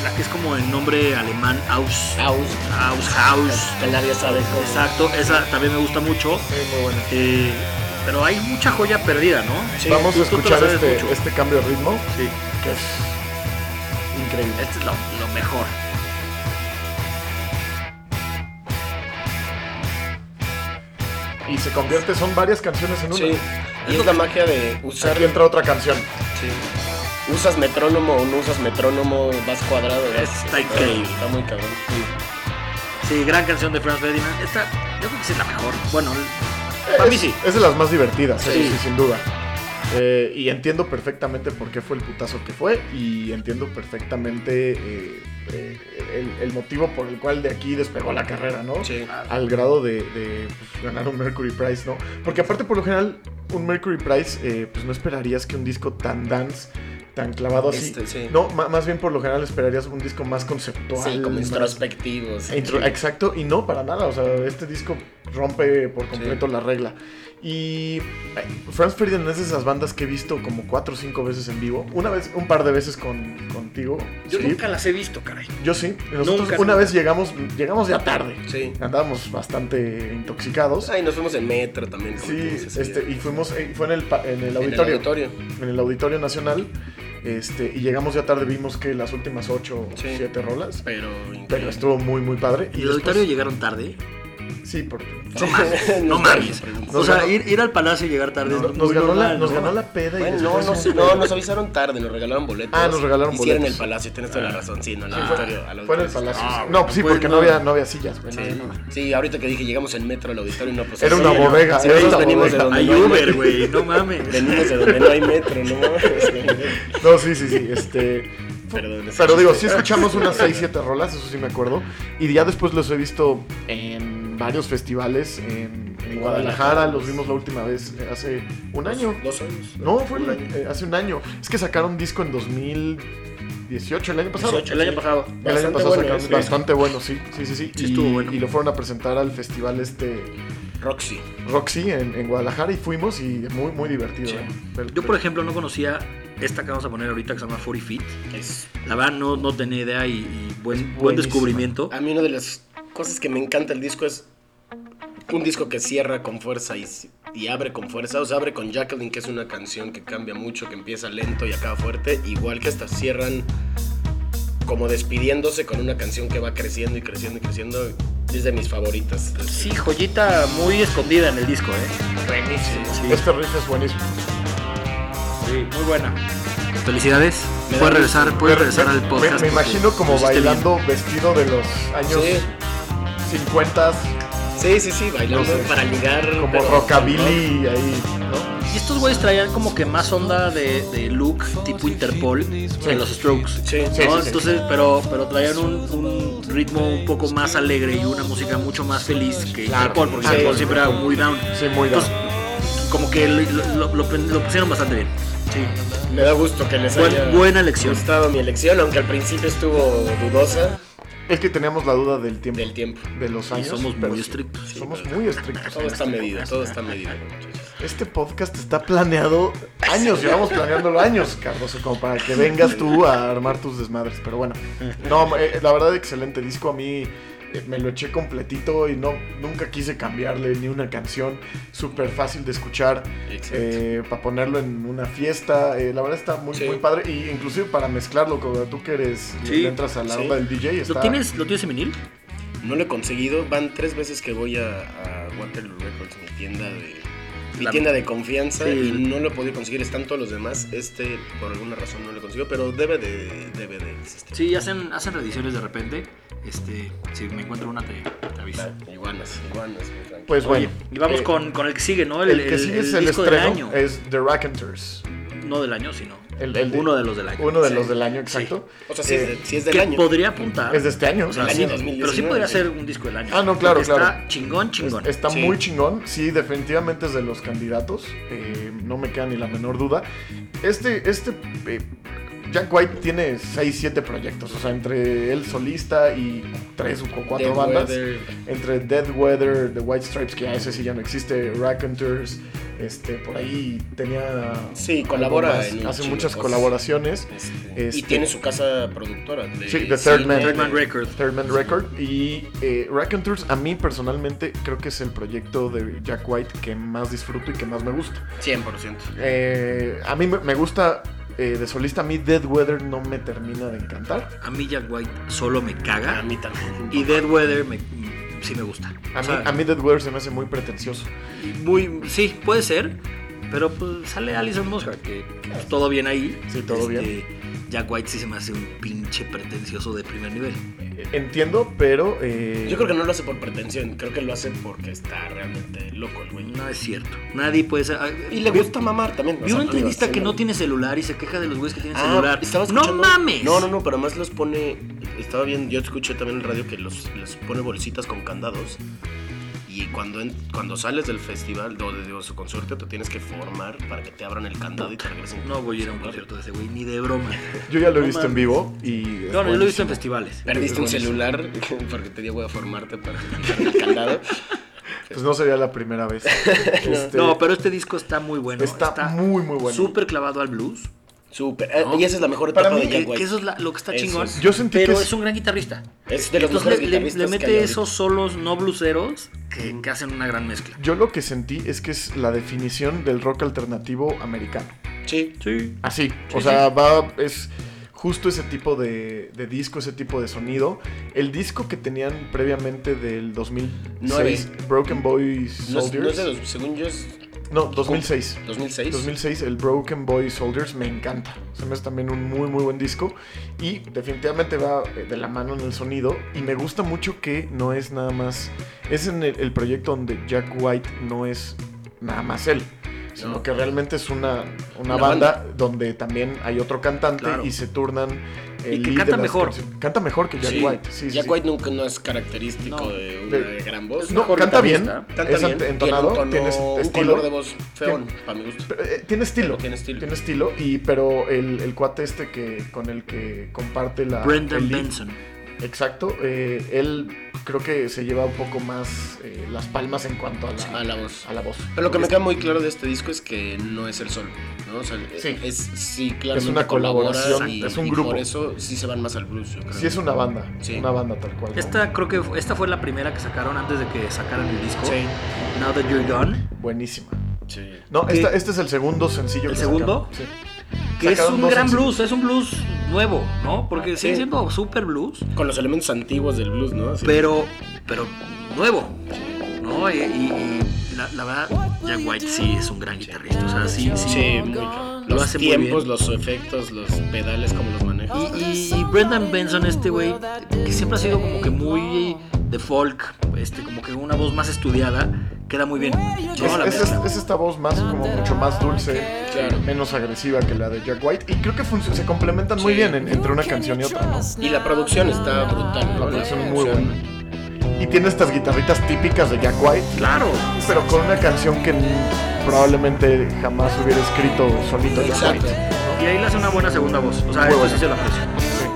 [SPEAKER 2] la que es como el nombre alemán Aus,
[SPEAKER 3] Aus,
[SPEAKER 2] Aus House,
[SPEAKER 3] que nadie sabe cómo.
[SPEAKER 2] exacto, esa también me gusta mucho,
[SPEAKER 1] Sí, muy buena.
[SPEAKER 2] eh, pero hay mucha joya perdida, ¿no?
[SPEAKER 3] Sí,
[SPEAKER 1] Vamos a
[SPEAKER 2] tú- tú te
[SPEAKER 1] escuchar
[SPEAKER 2] la sabes
[SPEAKER 1] este,
[SPEAKER 2] mucho.
[SPEAKER 1] este cambio de ritmo
[SPEAKER 2] Sí,
[SPEAKER 1] que es increíble.
[SPEAKER 2] este es lo, lo mejor.
[SPEAKER 1] Y se convierte, son varias canciones en una.
[SPEAKER 3] Sí. Y es la magia de usar...
[SPEAKER 1] Aquí entra otra canción.
[SPEAKER 3] Sí. ¿Usas metrónomo o no usas metrónomo? ¿Vas cuadrado? vas-
[SPEAKER 2] Está increíble.
[SPEAKER 3] Está muy cabrón.
[SPEAKER 2] Sí, gran canción de Franz Ferdinand, esta yo creo que sí es la mejor, bueno, para mí
[SPEAKER 1] Es-
[SPEAKER 2] sí.
[SPEAKER 1] Es de las más divertidas, eso
[SPEAKER 2] Sí.
[SPEAKER 1] sí, sin duda. Eh, y entiendo perfectamente por qué fue el putazo que fue y entiendo perfectamente eh, eh, el, el motivo por el cual de aquí despegó la carrera, ¿no?
[SPEAKER 3] Sí.
[SPEAKER 1] Al grado de, de, pues, ganar un Mercury Prize, ¿no? Porque aparte por lo general un Mercury Prize, eh, pues no esperarías que un disco tan dance tan clavado así.
[SPEAKER 3] Este, sí.
[SPEAKER 1] No, ma- más bien por lo general esperarías un disco más conceptual.
[SPEAKER 3] Sí, como
[SPEAKER 1] más-
[SPEAKER 3] introspectivos. sí.
[SPEAKER 1] Intro- Exacto, y no para nada. O sea, este disco rompe por completo la regla. Y eh, Franz Ferdinand es de esas bandas que he visto como cuatro o cinco veces en vivo. Una vez, un par de veces con, contigo.
[SPEAKER 4] Yo
[SPEAKER 1] Steve.
[SPEAKER 4] nunca las he visto, caray.
[SPEAKER 1] Yo sí. Nosotros
[SPEAKER 4] Nunca,
[SPEAKER 1] una
[SPEAKER 4] nunca.
[SPEAKER 1] vez llegamos, llegamos ya tarde.
[SPEAKER 3] Sí.
[SPEAKER 1] Andábamos bastante intoxicados.
[SPEAKER 3] Ay, nos fuimos en metro también. como
[SPEAKER 1] Sí,
[SPEAKER 3] tú dices,
[SPEAKER 1] este,
[SPEAKER 3] en
[SPEAKER 1] y fuimos, eh, fue en el, pa- en el
[SPEAKER 3] el
[SPEAKER 1] auditorio.
[SPEAKER 3] auditorio.
[SPEAKER 1] en el Auditorio Nacional. Este, y llegamos ya tarde, vimos que las últimas ocho o
[SPEAKER 3] Sí.
[SPEAKER 1] siete rolas.
[SPEAKER 3] Pero.
[SPEAKER 1] Pero estuvo muy, muy padre.
[SPEAKER 2] Y
[SPEAKER 1] Y
[SPEAKER 2] el
[SPEAKER 1] después-
[SPEAKER 2] auditorio llegaron tarde.
[SPEAKER 1] Sí, porque
[SPEAKER 2] No mames. No mames. O sea, ir, ir al palacio y llegar tarde. es
[SPEAKER 1] nos,
[SPEAKER 2] muy
[SPEAKER 1] ganó,
[SPEAKER 2] normal,
[SPEAKER 1] la, nos
[SPEAKER 2] ¿no?
[SPEAKER 1] ganó la peda y
[SPEAKER 3] Bueno, no,
[SPEAKER 1] después
[SPEAKER 3] no,
[SPEAKER 1] un-
[SPEAKER 3] sé, no, nos avisaron tarde, nos regalaron boletos.
[SPEAKER 1] Ah, nos regalaron
[SPEAKER 3] Hicieron
[SPEAKER 1] boletos. Ah.
[SPEAKER 3] el palacio, tienes toda la razón, sí, no, en el auditorio. al
[SPEAKER 1] Fue en el
[SPEAKER 3] auditorio.
[SPEAKER 1] Palacio.
[SPEAKER 2] Ah,
[SPEAKER 1] no, sí,
[SPEAKER 2] pues,
[SPEAKER 1] porque no,
[SPEAKER 2] no.
[SPEAKER 1] había, no había sillas. güey.
[SPEAKER 3] Sí, sí, ahorita que dije llegamos en metro al auditorio, no, pues.
[SPEAKER 1] Era
[SPEAKER 3] sí,
[SPEAKER 1] una
[SPEAKER 3] ¿no?
[SPEAKER 1] bodega,
[SPEAKER 3] Sí,
[SPEAKER 1] era
[SPEAKER 3] nosotros
[SPEAKER 1] una
[SPEAKER 3] venimos de
[SPEAKER 1] bodega.
[SPEAKER 3] donde
[SPEAKER 2] Hay
[SPEAKER 3] no hay
[SPEAKER 2] Uber,
[SPEAKER 3] metro.
[SPEAKER 2] güey. No mames.
[SPEAKER 3] Venimos de donde no hay metro, no
[SPEAKER 1] No, sí, sí, sí. Este, fue-
[SPEAKER 3] Perdón, ese
[SPEAKER 1] pero digo, sí
[SPEAKER 3] chiste.
[SPEAKER 1] escuchamos unas 6, 7 rolas, eso sí me acuerdo. Y ya después los he visto en varios festivales en, en Guadalajara. Los vimos la última vez eh, hace un año.
[SPEAKER 3] Dos años.
[SPEAKER 1] No, fue el- eh, hace un año. Es que sacaron disco en 2018, el año pasado.
[SPEAKER 3] 18,
[SPEAKER 4] El año pasado.
[SPEAKER 1] El año
[SPEAKER 3] Bastante
[SPEAKER 1] pasado
[SPEAKER 3] bueno,
[SPEAKER 1] sacaron
[SPEAKER 3] ¿eh? Sí.
[SPEAKER 1] bastante bueno, sí, sí, sí, sí.
[SPEAKER 2] Sí,
[SPEAKER 1] y,
[SPEAKER 2] estuvo bueno.
[SPEAKER 1] y lo fueron a presentar al festival este
[SPEAKER 3] Roxy.
[SPEAKER 1] Roxy en, en Guadalajara y fuimos y muy, muy divertido.
[SPEAKER 3] Sí.
[SPEAKER 1] ¿eh? Pero-
[SPEAKER 2] Yo, por ejemplo, no conocía esta que vamos a poner ahorita que se llama 40 Feet.
[SPEAKER 3] Es,
[SPEAKER 2] La verdad, no, no tenía idea y, y buen, buen
[SPEAKER 1] Buenísima.
[SPEAKER 2] descubrimiento.
[SPEAKER 3] a mí una de las cosas que me encanta el disco es un disco que cierra con fuerza y, y abre con fuerza. O sea, abre con Jacqueline, que es una canción que cambia mucho, que empieza lento y acaba fuerte. Igual que hasta cierran como despidiéndose con una canción que va creciendo y creciendo y creciendo. Es de mis favoritas.
[SPEAKER 4] Sí, joyita muy escondida en el disco, ¿eh?
[SPEAKER 3] Buenísimo.
[SPEAKER 1] Este riff es buenísimo.
[SPEAKER 4] Sí, muy buena.
[SPEAKER 2] Felicidades.
[SPEAKER 3] Me
[SPEAKER 2] Puedes
[SPEAKER 3] da
[SPEAKER 2] regresar, puedes regresar al
[SPEAKER 1] me,
[SPEAKER 2] podcast.
[SPEAKER 1] me
[SPEAKER 2] porque
[SPEAKER 1] imagino
[SPEAKER 2] lo
[SPEAKER 1] como
[SPEAKER 2] hiciste bien.
[SPEAKER 1] bailando vestido de los años
[SPEAKER 3] Sí.
[SPEAKER 1] 50,
[SPEAKER 3] Sí, sí, sí, bailando
[SPEAKER 1] No sé.
[SPEAKER 3] para ligar.
[SPEAKER 1] como
[SPEAKER 3] pero-
[SPEAKER 1] rockabilly ahí.
[SPEAKER 2] Y estos güeyes traían como que más onda de, de look tipo Interpol en los Strokes.
[SPEAKER 3] Sí,
[SPEAKER 2] ¿no?
[SPEAKER 1] sí, sí.
[SPEAKER 2] Entonces, pero, pero traían un, un ritmo un poco más alegre y una música mucho más feliz que
[SPEAKER 1] Claro.
[SPEAKER 2] Interpol, porque
[SPEAKER 1] Sí.
[SPEAKER 2] Interpol siempre era muy down.
[SPEAKER 1] Sí, muy
[SPEAKER 2] Pues,
[SPEAKER 1] down.
[SPEAKER 2] Entonces, como que lo, lo- lo- lo pusieron bastante bien.
[SPEAKER 3] Me da gusto que les
[SPEAKER 2] Buen-
[SPEAKER 3] haya
[SPEAKER 2] buena elección.
[SPEAKER 3] gustado mi elección, aunque al principio estuvo dudosa
[SPEAKER 1] Es que teníamos la duda del tiempo.
[SPEAKER 3] del tiempo.
[SPEAKER 1] De los
[SPEAKER 2] Y
[SPEAKER 1] años.
[SPEAKER 2] somos
[SPEAKER 1] pero
[SPEAKER 2] muy
[SPEAKER 1] sí,
[SPEAKER 2] estrictos.
[SPEAKER 1] Somos muy estrictos.
[SPEAKER 3] Todo
[SPEAKER 1] en
[SPEAKER 3] está
[SPEAKER 1] este
[SPEAKER 3] medido,
[SPEAKER 1] podcast.
[SPEAKER 3] todo está medido.
[SPEAKER 1] Este podcast está planeado años, llevamos planeándolo años, Carlos, como para que vengas tú a armar tus desmadres. Pero bueno, no, eh, la verdad, excelente disco. A mí eh, me lo eché completito y no, nunca quise cambiarle ni una canción. Súper fácil de escuchar para ponerlo en una fiesta. Eh, la verdad está muy,
[SPEAKER 3] Sí.
[SPEAKER 1] muy padre. Y inclusive para mezclarlo, como tú que eres, le-
[SPEAKER 2] Sí,
[SPEAKER 1] le entras a la
[SPEAKER 3] sí.
[SPEAKER 1] onda del DJ. Está,
[SPEAKER 2] ¿Lo tienes, ¿Lo tienes en vinil?
[SPEAKER 3] No lo he conseguido, van tres veces que voy a, a Waterloo Records, mi tienda de mi
[SPEAKER 2] La-
[SPEAKER 3] tienda de confianza
[SPEAKER 2] Sí.
[SPEAKER 3] y no lo he podido conseguir, están todos los demás. Este por alguna razón no lo consiguió, pero debe de debe de existir.
[SPEAKER 2] Sí, hacen, hacen reediciones de repente. Este, si me encuentro una, te, te aviso.
[SPEAKER 3] Iguanas, iguanas, muy tranquilo.
[SPEAKER 1] Pues bueno.
[SPEAKER 2] y vamos
[SPEAKER 1] eh,
[SPEAKER 2] con, con el que sigue, ¿no?
[SPEAKER 1] El, que sigue es el
[SPEAKER 2] disco del
[SPEAKER 1] estreno
[SPEAKER 2] año.
[SPEAKER 1] es The Rackenters.
[SPEAKER 2] No del año, sino
[SPEAKER 1] El- el de-
[SPEAKER 2] uno de los del año.
[SPEAKER 1] Uno de
[SPEAKER 2] Sí.
[SPEAKER 1] los del año, exacto. Eh,
[SPEAKER 3] o sea, si es, de- sí es del
[SPEAKER 2] que
[SPEAKER 3] año.
[SPEAKER 2] podría apuntar.
[SPEAKER 1] Es de este año.
[SPEAKER 2] o sea,
[SPEAKER 3] del
[SPEAKER 2] sí,
[SPEAKER 3] año 2019,
[SPEAKER 2] pero sí podría
[SPEAKER 3] sí.
[SPEAKER 2] ser un disco del año.
[SPEAKER 1] Ah, no, claro,
[SPEAKER 2] Porque
[SPEAKER 1] claro.
[SPEAKER 2] Está chingón, chingón.
[SPEAKER 1] Es- Está
[SPEAKER 3] Sí.
[SPEAKER 1] muy chingón. Sí, definitivamente es de los candidatos. eh, no me queda ni la menor duda. Este, este eh, Jack White tiene 6, 7 proyectos. O sea, entre él solista y 3 o 4
[SPEAKER 3] Dead
[SPEAKER 1] bandas.
[SPEAKER 3] Weather,
[SPEAKER 1] Entre Dead Weather, The White Stripes, que a ese sí ya no existe, Raconteurs, este, por ahí tenía...
[SPEAKER 3] Sí, colabora
[SPEAKER 1] algo más,
[SPEAKER 3] en un
[SPEAKER 1] Hace
[SPEAKER 3] chingo de
[SPEAKER 1] muchas
[SPEAKER 3] cosas.
[SPEAKER 1] colaboraciones.
[SPEAKER 3] este,
[SPEAKER 1] Este-
[SPEAKER 3] y tiene su casa productora. de
[SPEAKER 1] Sí, The Third
[SPEAKER 3] cine,
[SPEAKER 1] Man.
[SPEAKER 2] Third Man Record.
[SPEAKER 1] Third Man Record y eh, Raconteurs a mí personalmente creo que es el proyecto de Jack White que más disfruto y que más me gusta.
[SPEAKER 3] 100%.
[SPEAKER 1] Eh, a mí me- me gusta eh, de solista, a mí Dead Weather no me termina de encantar.
[SPEAKER 2] A mí Jack White solo me caga.
[SPEAKER 3] A mí también.
[SPEAKER 2] Y Dead Weather me- sí me gusta.
[SPEAKER 1] A
[SPEAKER 2] O
[SPEAKER 1] mí,
[SPEAKER 2] sea,
[SPEAKER 1] a mí Dead Weather se me hace muy pretencioso.
[SPEAKER 2] muy, sí, puede ser. Pero pues sale Alison Mosher, que, que, pues, todo bien ahí. Este,
[SPEAKER 1] Sí, todo
[SPEAKER 2] Jack White sí se me hace un pinche pretencioso de primer nivel.
[SPEAKER 1] Eh, Entiendo, pero... eh,
[SPEAKER 3] Yo creo que no lo hace por pretensión, creo que lo hace porque está realmente loco el güey.
[SPEAKER 2] No es cierto. Nadie puede ser. ah,
[SPEAKER 3] Y le gusta mamar también. o
[SPEAKER 2] Vi
[SPEAKER 3] sea,
[SPEAKER 2] una
[SPEAKER 3] te digo,
[SPEAKER 2] entrevista
[SPEAKER 3] sí,
[SPEAKER 2] que no tiene celular y se queja de los güeyes que tienen
[SPEAKER 3] Ah,
[SPEAKER 2] celular.
[SPEAKER 3] estaba
[SPEAKER 2] ¡No
[SPEAKER 3] escuchando-
[SPEAKER 2] mames!
[SPEAKER 3] No, no, no, pero además los pone. Estaba bien, yo escuché también en radio que los, les pone bolsitas con candados. Y Y cuando, en- cuando sales del festival, o de, digo, su concierto, te tienes que formar para que te abran el candado y te regresen.
[SPEAKER 2] No voy a ir a un concierto de ese güey, ni de broma.
[SPEAKER 1] Yo ya lo he
[SPEAKER 2] No
[SPEAKER 1] visto en
[SPEAKER 2] mames.
[SPEAKER 1] vivo y. es
[SPEAKER 2] No, no, yo lo he
[SPEAKER 1] buenísimo.
[SPEAKER 2] visto en festivales.
[SPEAKER 3] Perdiste un celular porque te dio voy a formarte para que te abran el candado.
[SPEAKER 1] Pues no sería la primera vez. Este,
[SPEAKER 2] No, pero este disco está muy bueno.
[SPEAKER 1] Está muy, muy bueno.
[SPEAKER 2] Súper clavado al blues.
[SPEAKER 3] Súper. Eh,
[SPEAKER 2] No.
[SPEAKER 3] Y esa es la mejor
[SPEAKER 1] Para
[SPEAKER 3] etapa
[SPEAKER 1] mí,
[SPEAKER 3] de Jack
[SPEAKER 2] Que,
[SPEAKER 3] White.
[SPEAKER 2] que eso es la- lo que está
[SPEAKER 3] Eso
[SPEAKER 2] chingón.
[SPEAKER 3] es.
[SPEAKER 1] Yo sentí
[SPEAKER 2] pero
[SPEAKER 1] que es-
[SPEAKER 2] es un gran guitarrista.
[SPEAKER 3] Es de los
[SPEAKER 2] Entonces
[SPEAKER 3] mejores
[SPEAKER 2] le, le-
[SPEAKER 3] guitarristas
[SPEAKER 2] le
[SPEAKER 3] que
[SPEAKER 2] mete
[SPEAKER 3] hay ahorita.
[SPEAKER 2] esos solos no bluseros que, que hacen una gran mezcla.
[SPEAKER 1] Yo lo que sentí es que es la definición del rock alternativo americano.
[SPEAKER 3] Sí.
[SPEAKER 2] Sí.
[SPEAKER 1] Así. o
[SPEAKER 2] Sí,
[SPEAKER 1] sea, va. Es justo ese tipo de, de disco, ese tipo de sonido. El disco que tenían previamente del 2006, Broken Boy
[SPEAKER 3] No es-
[SPEAKER 1] Soldiers.
[SPEAKER 3] no es de los- según yo es
[SPEAKER 1] No, 2006.
[SPEAKER 3] 2006.
[SPEAKER 1] 2006, el Broken Boy Soldiers, me encanta. Se me hace también un muy, muy buen disco. Y definitivamente va eh, de la mano en el sonido. Y me gusta mucho que no es nada más. Es en el, el proyecto donde Jack White no es nada más él. Sino
[SPEAKER 3] No.
[SPEAKER 1] que realmente es una, una,
[SPEAKER 3] Una
[SPEAKER 1] banda, donde también hay otro cantante
[SPEAKER 2] Claro.
[SPEAKER 1] y se turnan.
[SPEAKER 2] Y
[SPEAKER 1] el lead
[SPEAKER 2] que
[SPEAKER 1] de
[SPEAKER 2] canta
[SPEAKER 1] las
[SPEAKER 2] mejor.
[SPEAKER 1] canciones. Canta mejor que Jack
[SPEAKER 3] Sí.
[SPEAKER 1] White. Sí, sí,
[SPEAKER 3] Jack
[SPEAKER 1] sí.
[SPEAKER 3] White nunca no es característico
[SPEAKER 2] No.
[SPEAKER 3] de una
[SPEAKER 1] De-
[SPEAKER 3] gran voz.
[SPEAKER 1] No,
[SPEAKER 2] mejor
[SPEAKER 1] canta bien.
[SPEAKER 2] guitarrista.
[SPEAKER 3] Canta
[SPEAKER 1] es
[SPEAKER 3] bien,
[SPEAKER 1] entonado.
[SPEAKER 3] tiene un, tono-
[SPEAKER 1] tienes
[SPEAKER 3] un
[SPEAKER 1] estilo.
[SPEAKER 3] color de voz feo,
[SPEAKER 1] Tiene-
[SPEAKER 3] para mi gusto.
[SPEAKER 1] Pero, eh, tiene estilo.
[SPEAKER 3] Pero tiene estilo.
[SPEAKER 1] Y pero el, el cuate este que con el que comparte la.
[SPEAKER 2] Brendan
[SPEAKER 1] el lead-
[SPEAKER 2] Benson.
[SPEAKER 1] Exacto. eh, él creo que se lleva un poco más eh, las palmas en cuanto a la,
[SPEAKER 3] A la voz.
[SPEAKER 1] a la voz.
[SPEAKER 3] Pero lo que me queda muy claro de este disco es que no es el solo, ¿no? O sea,
[SPEAKER 1] Sí.
[SPEAKER 3] es sí, claro,
[SPEAKER 1] una colaboración, es un grupo.
[SPEAKER 3] por eso sí se van más al blues, yo creo.
[SPEAKER 1] Sí, es una banda.
[SPEAKER 3] Sí.
[SPEAKER 1] Una banda tal cual.
[SPEAKER 2] Esta creo que fu- esta fue la primera que sacaron antes de que sacaran el disco.
[SPEAKER 3] Sí,
[SPEAKER 2] Now That You're Gone.
[SPEAKER 1] Buenísima.
[SPEAKER 3] sí.
[SPEAKER 1] No,
[SPEAKER 2] ¿Qué?
[SPEAKER 1] esta- este es el segundo sencillo.
[SPEAKER 2] ¿El
[SPEAKER 1] que
[SPEAKER 2] segundo?
[SPEAKER 1] sacaron. Sí.
[SPEAKER 2] Que es
[SPEAKER 1] Sacaron
[SPEAKER 2] un
[SPEAKER 1] dos
[SPEAKER 2] gran
[SPEAKER 1] sencillos.
[SPEAKER 2] blues, es un blues nuevo, ¿no? Porque
[SPEAKER 3] Ah,
[SPEAKER 2] sigue
[SPEAKER 3] sí.
[SPEAKER 2] siendo super blues,
[SPEAKER 3] Con los elementos antiguos del blues, ¿no? Así.
[SPEAKER 2] pero, pero nuevo, ¿no? Y, y- y la, la verdad, Jack White sí es un gran guitarrista, o sea, sí, sí.
[SPEAKER 3] Sí, muy claro.
[SPEAKER 2] Lo
[SPEAKER 3] Los
[SPEAKER 2] hace muy
[SPEAKER 3] tiempos,
[SPEAKER 2] bien.
[SPEAKER 3] los efectos, los pedales, como los maneja.
[SPEAKER 2] Y, y- y Brendan Benson, este güey, que siempre ha sido como que muy de folk, este, como que una voz más estudiada, queda muy bien.
[SPEAKER 1] Es,
[SPEAKER 2] No, la
[SPEAKER 1] es-
[SPEAKER 2] mezcla.
[SPEAKER 1] es esta voz más, como mucho más dulce,
[SPEAKER 3] Claro.
[SPEAKER 1] menos agresiva que la de Jack White. Y creo que func- se complementan muy
[SPEAKER 3] Sí.
[SPEAKER 1] bien en- entre una canción y otra, ¿no?
[SPEAKER 3] Y la producción está brutal, ¿no?
[SPEAKER 1] La producción muy buena. Y tiene estas guitarritas típicas de Jack White,
[SPEAKER 2] Claro,
[SPEAKER 1] pero con una canción que n- probablemente jamás hubiera escrito solito Jack
[SPEAKER 3] Exacto.
[SPEAKER 1] White.
[SPEAKER 2] y ahí le hace una buena segunda voz, o sea,
[SPEAKER 1] Muy
[SPEAKER 2] eso
[SPEAKER 1] buena.
[SPEAKER 2] sí se lo aprecio.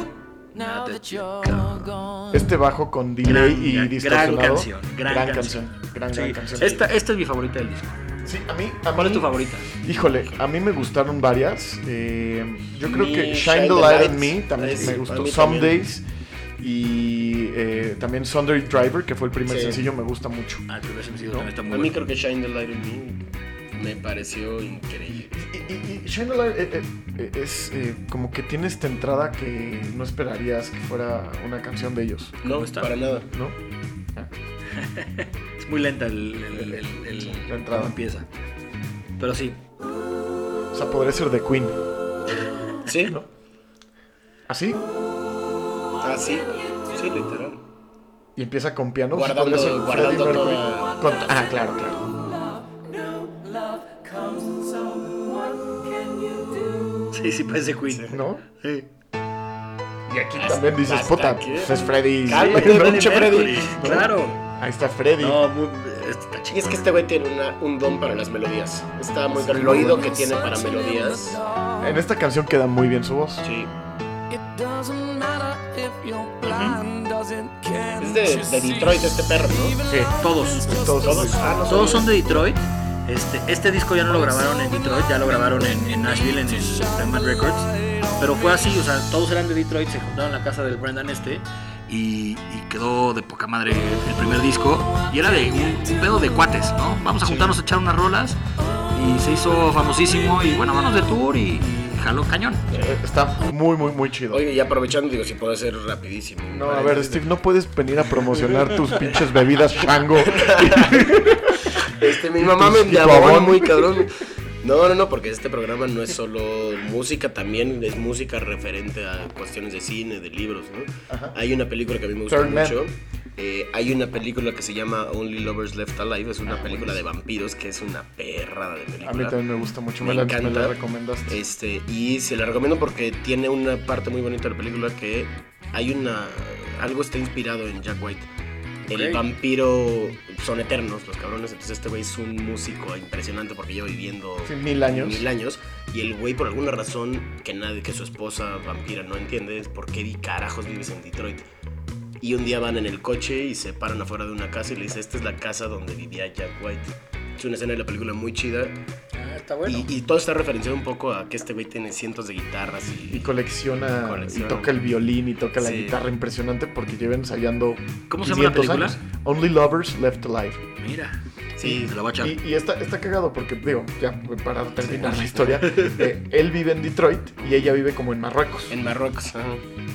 [SPEAKER 5] Now that you're gone.
[SPEAKER 1] Este bajo con delay
[SPEAKER 2] Gran-
[SPEAKER 1] y
[SPEAKER 2] gran- gran
[SPEAKER 1] distorsionado.
[SPEAKER 2] canción, gran
[SPEAKER 1] canción. Gran, gran
[SPEAKER 2] Sí,
[SPEAKER 1] canción.
[SPEAKER 2] Esta, esta es mi favorita del disco.
[SPEAKER 1] Sí, a mí, a
[SPEAKER 2] ¿Cuál es
[SPEAKER 1] mí-
[SPEAKER 2] tu favorita?
[SPEAKER 1] Híjole, a mí me gustaron varias. Eh, yo creo
[SPEAKER 3] Mi
[SPEAKER 1] que Shine the Light on Me también
[SPEAKER 3] Sí,
[SPEAKER 1] me
[SPEAKER 3] a
[SPEAKER 1] gustó.
[SPEAKER 3] mí
[SPEAKER 1] Some
[SPEAKER 3] también.
[SPEAKER 1] Days y eh, también Sunday Driver, que fue el primer
[SPEAKER 3] Sí.
[SPEAKER 1] sencillo, me gusta mucho.
[SPEAKER 2] Ah, el primer sencillo también está muy
[SPEAKER 3] A mí
[SPEAKER 2] bueno.
[SPEAKER 3] creo que Shine the Light on Me me pareció increíble.
[SPEAKER 1] Y, y, y Shine a Light, eh, eh, eh, es eh, como que tiene esta entrada que no esperarías que fuera una canción de ellos,
[SPEAKER 3] No,
[SPEAKER 2] está?
[SPEAKER 3] para nada.
[SPEAKER 1] ¿no?
[SPEAKER 2] Es muy lenta el, el- el- el-
[SPEAKER 1] La entrada.
[SPEAKER 2] cómo empieza. Pero sí,
[SPEAKER 1] O sea, podría ser de Queen.
[SPEAKER 3] ¿Sí?
[SPEAKER 1] Así,
[SPEAKER 3] Ah, sí. Sí, literal.
[SPEAKER 1] y empieza con piano. o sea, podría
[SPEAKER 3] Guardando-
[SPEAKER 1] ser Freddie
[SPEAKER 3] guardando
[SPEAKER 1] Mercury
[SPEAKER 3] toda-
[SPEAKER 1] con- Ah, claro, claro.
[SPEAKER 2] sí, sí parece Queen.
[SPEAKER 1] ¿No?
[SPEAKER 2] Sí.
[SPEAKER 1] Y aquí también dices,
[SPEAKER 3] hasta
[SPEAKER 1] puta,
[SPEAKER 3] aquí.
[SPEAKER 1] pues es Freddy.
[SPEAKER 2] Ah,
[SPEAKER 3] Cálmate,
[SPEAKER 1] ¿no?
[SPEAKER 3] Freddie Mercury.
[SPEAKER 1] ¿no?
[SPEAKER 2] Claro.
[SPEAKER 1] Ahí está Freddy.
[SPEAKER 2] No, muy, este está
[SPEAKER 3] Y es
[SPEAKER 2] chingón.
[SPEAKER 3] que este güey tiene una- un don para las melodías. Está muy
[SPEAKER 1] Sí.
[SPEAKER 3] el oído que tiene para melodías.
[SPEAKER 1] En esta canción queda muy bien su voz.
[SPEAKER 3] Sí.
[SPEAKER 5] It doesn't matter if you're blind, doesn't care.
[SPEAKER 3] Es de, de Detroit este perro, ¿no?
[SPEAKER 1] Sí.
[SPEAKER 2] Todos.
[SPEAKER 1] Todos,
[SPEAKER 3] Todos. Ah, no
[SPEAKER 2] Todos son
[SPEAKER 3] sabía.
[SPEAKER 2] de Detroit. Este, este disco ya no lo grabaron en Detroit, ya lo grabaron en, en Nashville, en el Diamond Records. Pero fue así, o sea, todos eran de Detroit, se juntaron en la casa del Brendan este y, y quedó de poca madre el primer disco. Y era de un pedo de cuates, ¿no? Vamos a juntarnos a echar unas rolas y se hizo famosísimo y bueno, vamos de tour y, y jaló cañón.
[SPEAKER 1] Eh, Está muy, muy, muy chido.
[SPEAKER 3] Oye, y aprovechando, digo, si puedo hacer rapidísimo.
[SPEAKER 1] No, a ver, Steve, no puedes venir a promocionar tus pinches bebidas chango.
[SPEAKER 3] Este, mi mamá me
[SPEAKER 1] Tus
[SPEAKER 3] llamó
[SPEAKER 1] jabón.
[SPEAKER 3] muy cabrón. No, no, no, porque este programa no es solo música, también es música referente a cuestiones de cine, de libros, ¿no?
[SPEAKER 1] Ajá.
[SPEAKER 3] Hay una película que a mí me gusta
[SPEAKER 1] Third Man.
[SPEAKER 3] mucho. Eh, hay una película que se llama Only Lovers Left Alive, es una película de vampiros que es una perrada de película.
[SPEAKER 1] Ah, A mí también me gusta mucho, me,
[SPEAKER 3] Me
[SPEAKER 1] la, me
[SPEAKER 3] encanta.
[SPEAKER 1] la recomendaste.
[SPEAKER 3] Este, y se la recomiendo porque tiene una parte muy bonita de la película que hay una. Algo está inspirado en Jack White. El vampiro son eternos los cabrones. Entonces este güey es un músico impresionante porque lleva viviendo
[SPEAKER 1] Sí, mil años.
[SPEAKER 3] mil años. Y el güey por alguna razón que nadie, que su esposa vampira no entiende es por qué di carajos vives en Detroit. Y un día van en el coche y se paran afuera de una casa y le dice, esta es la casa donde vivía Jack White. Es una escena de la película muy chida.
[SPEAKER 4] Ah, está bueno.
[SPEAKER 3] Y, y todo está referenciado un poco a que este güey tiene cientos de guitarras y,
[SPEAKER 1] Y colecciona,
[SPEAKER 3] Colecciona.
[SPEAKER 1] y toca el violín y toca la
[SPEAKER 3] Sí.
[SPEAKER 1] guitarra impresionante porque lleva ensayando
[SPEAKER 2] ¿Cómo se llama la
[SPEAKER 1] 500
[SPEAKER 2] película?
[SPEAKER 1] años. Only Lovers Left Alive.
[SPEAKER 2] Mira.
[SPEAKER 3] Sí.
[SPEAKER 2] la voy a echar.
[SPEAKER 1] Y, y está, está cagado porque, digo, ya para terminar la historia, eh, él vive en Detroit y ella vive como en Marruecos.
[SPEAKER 3] en Marruecos. ajá.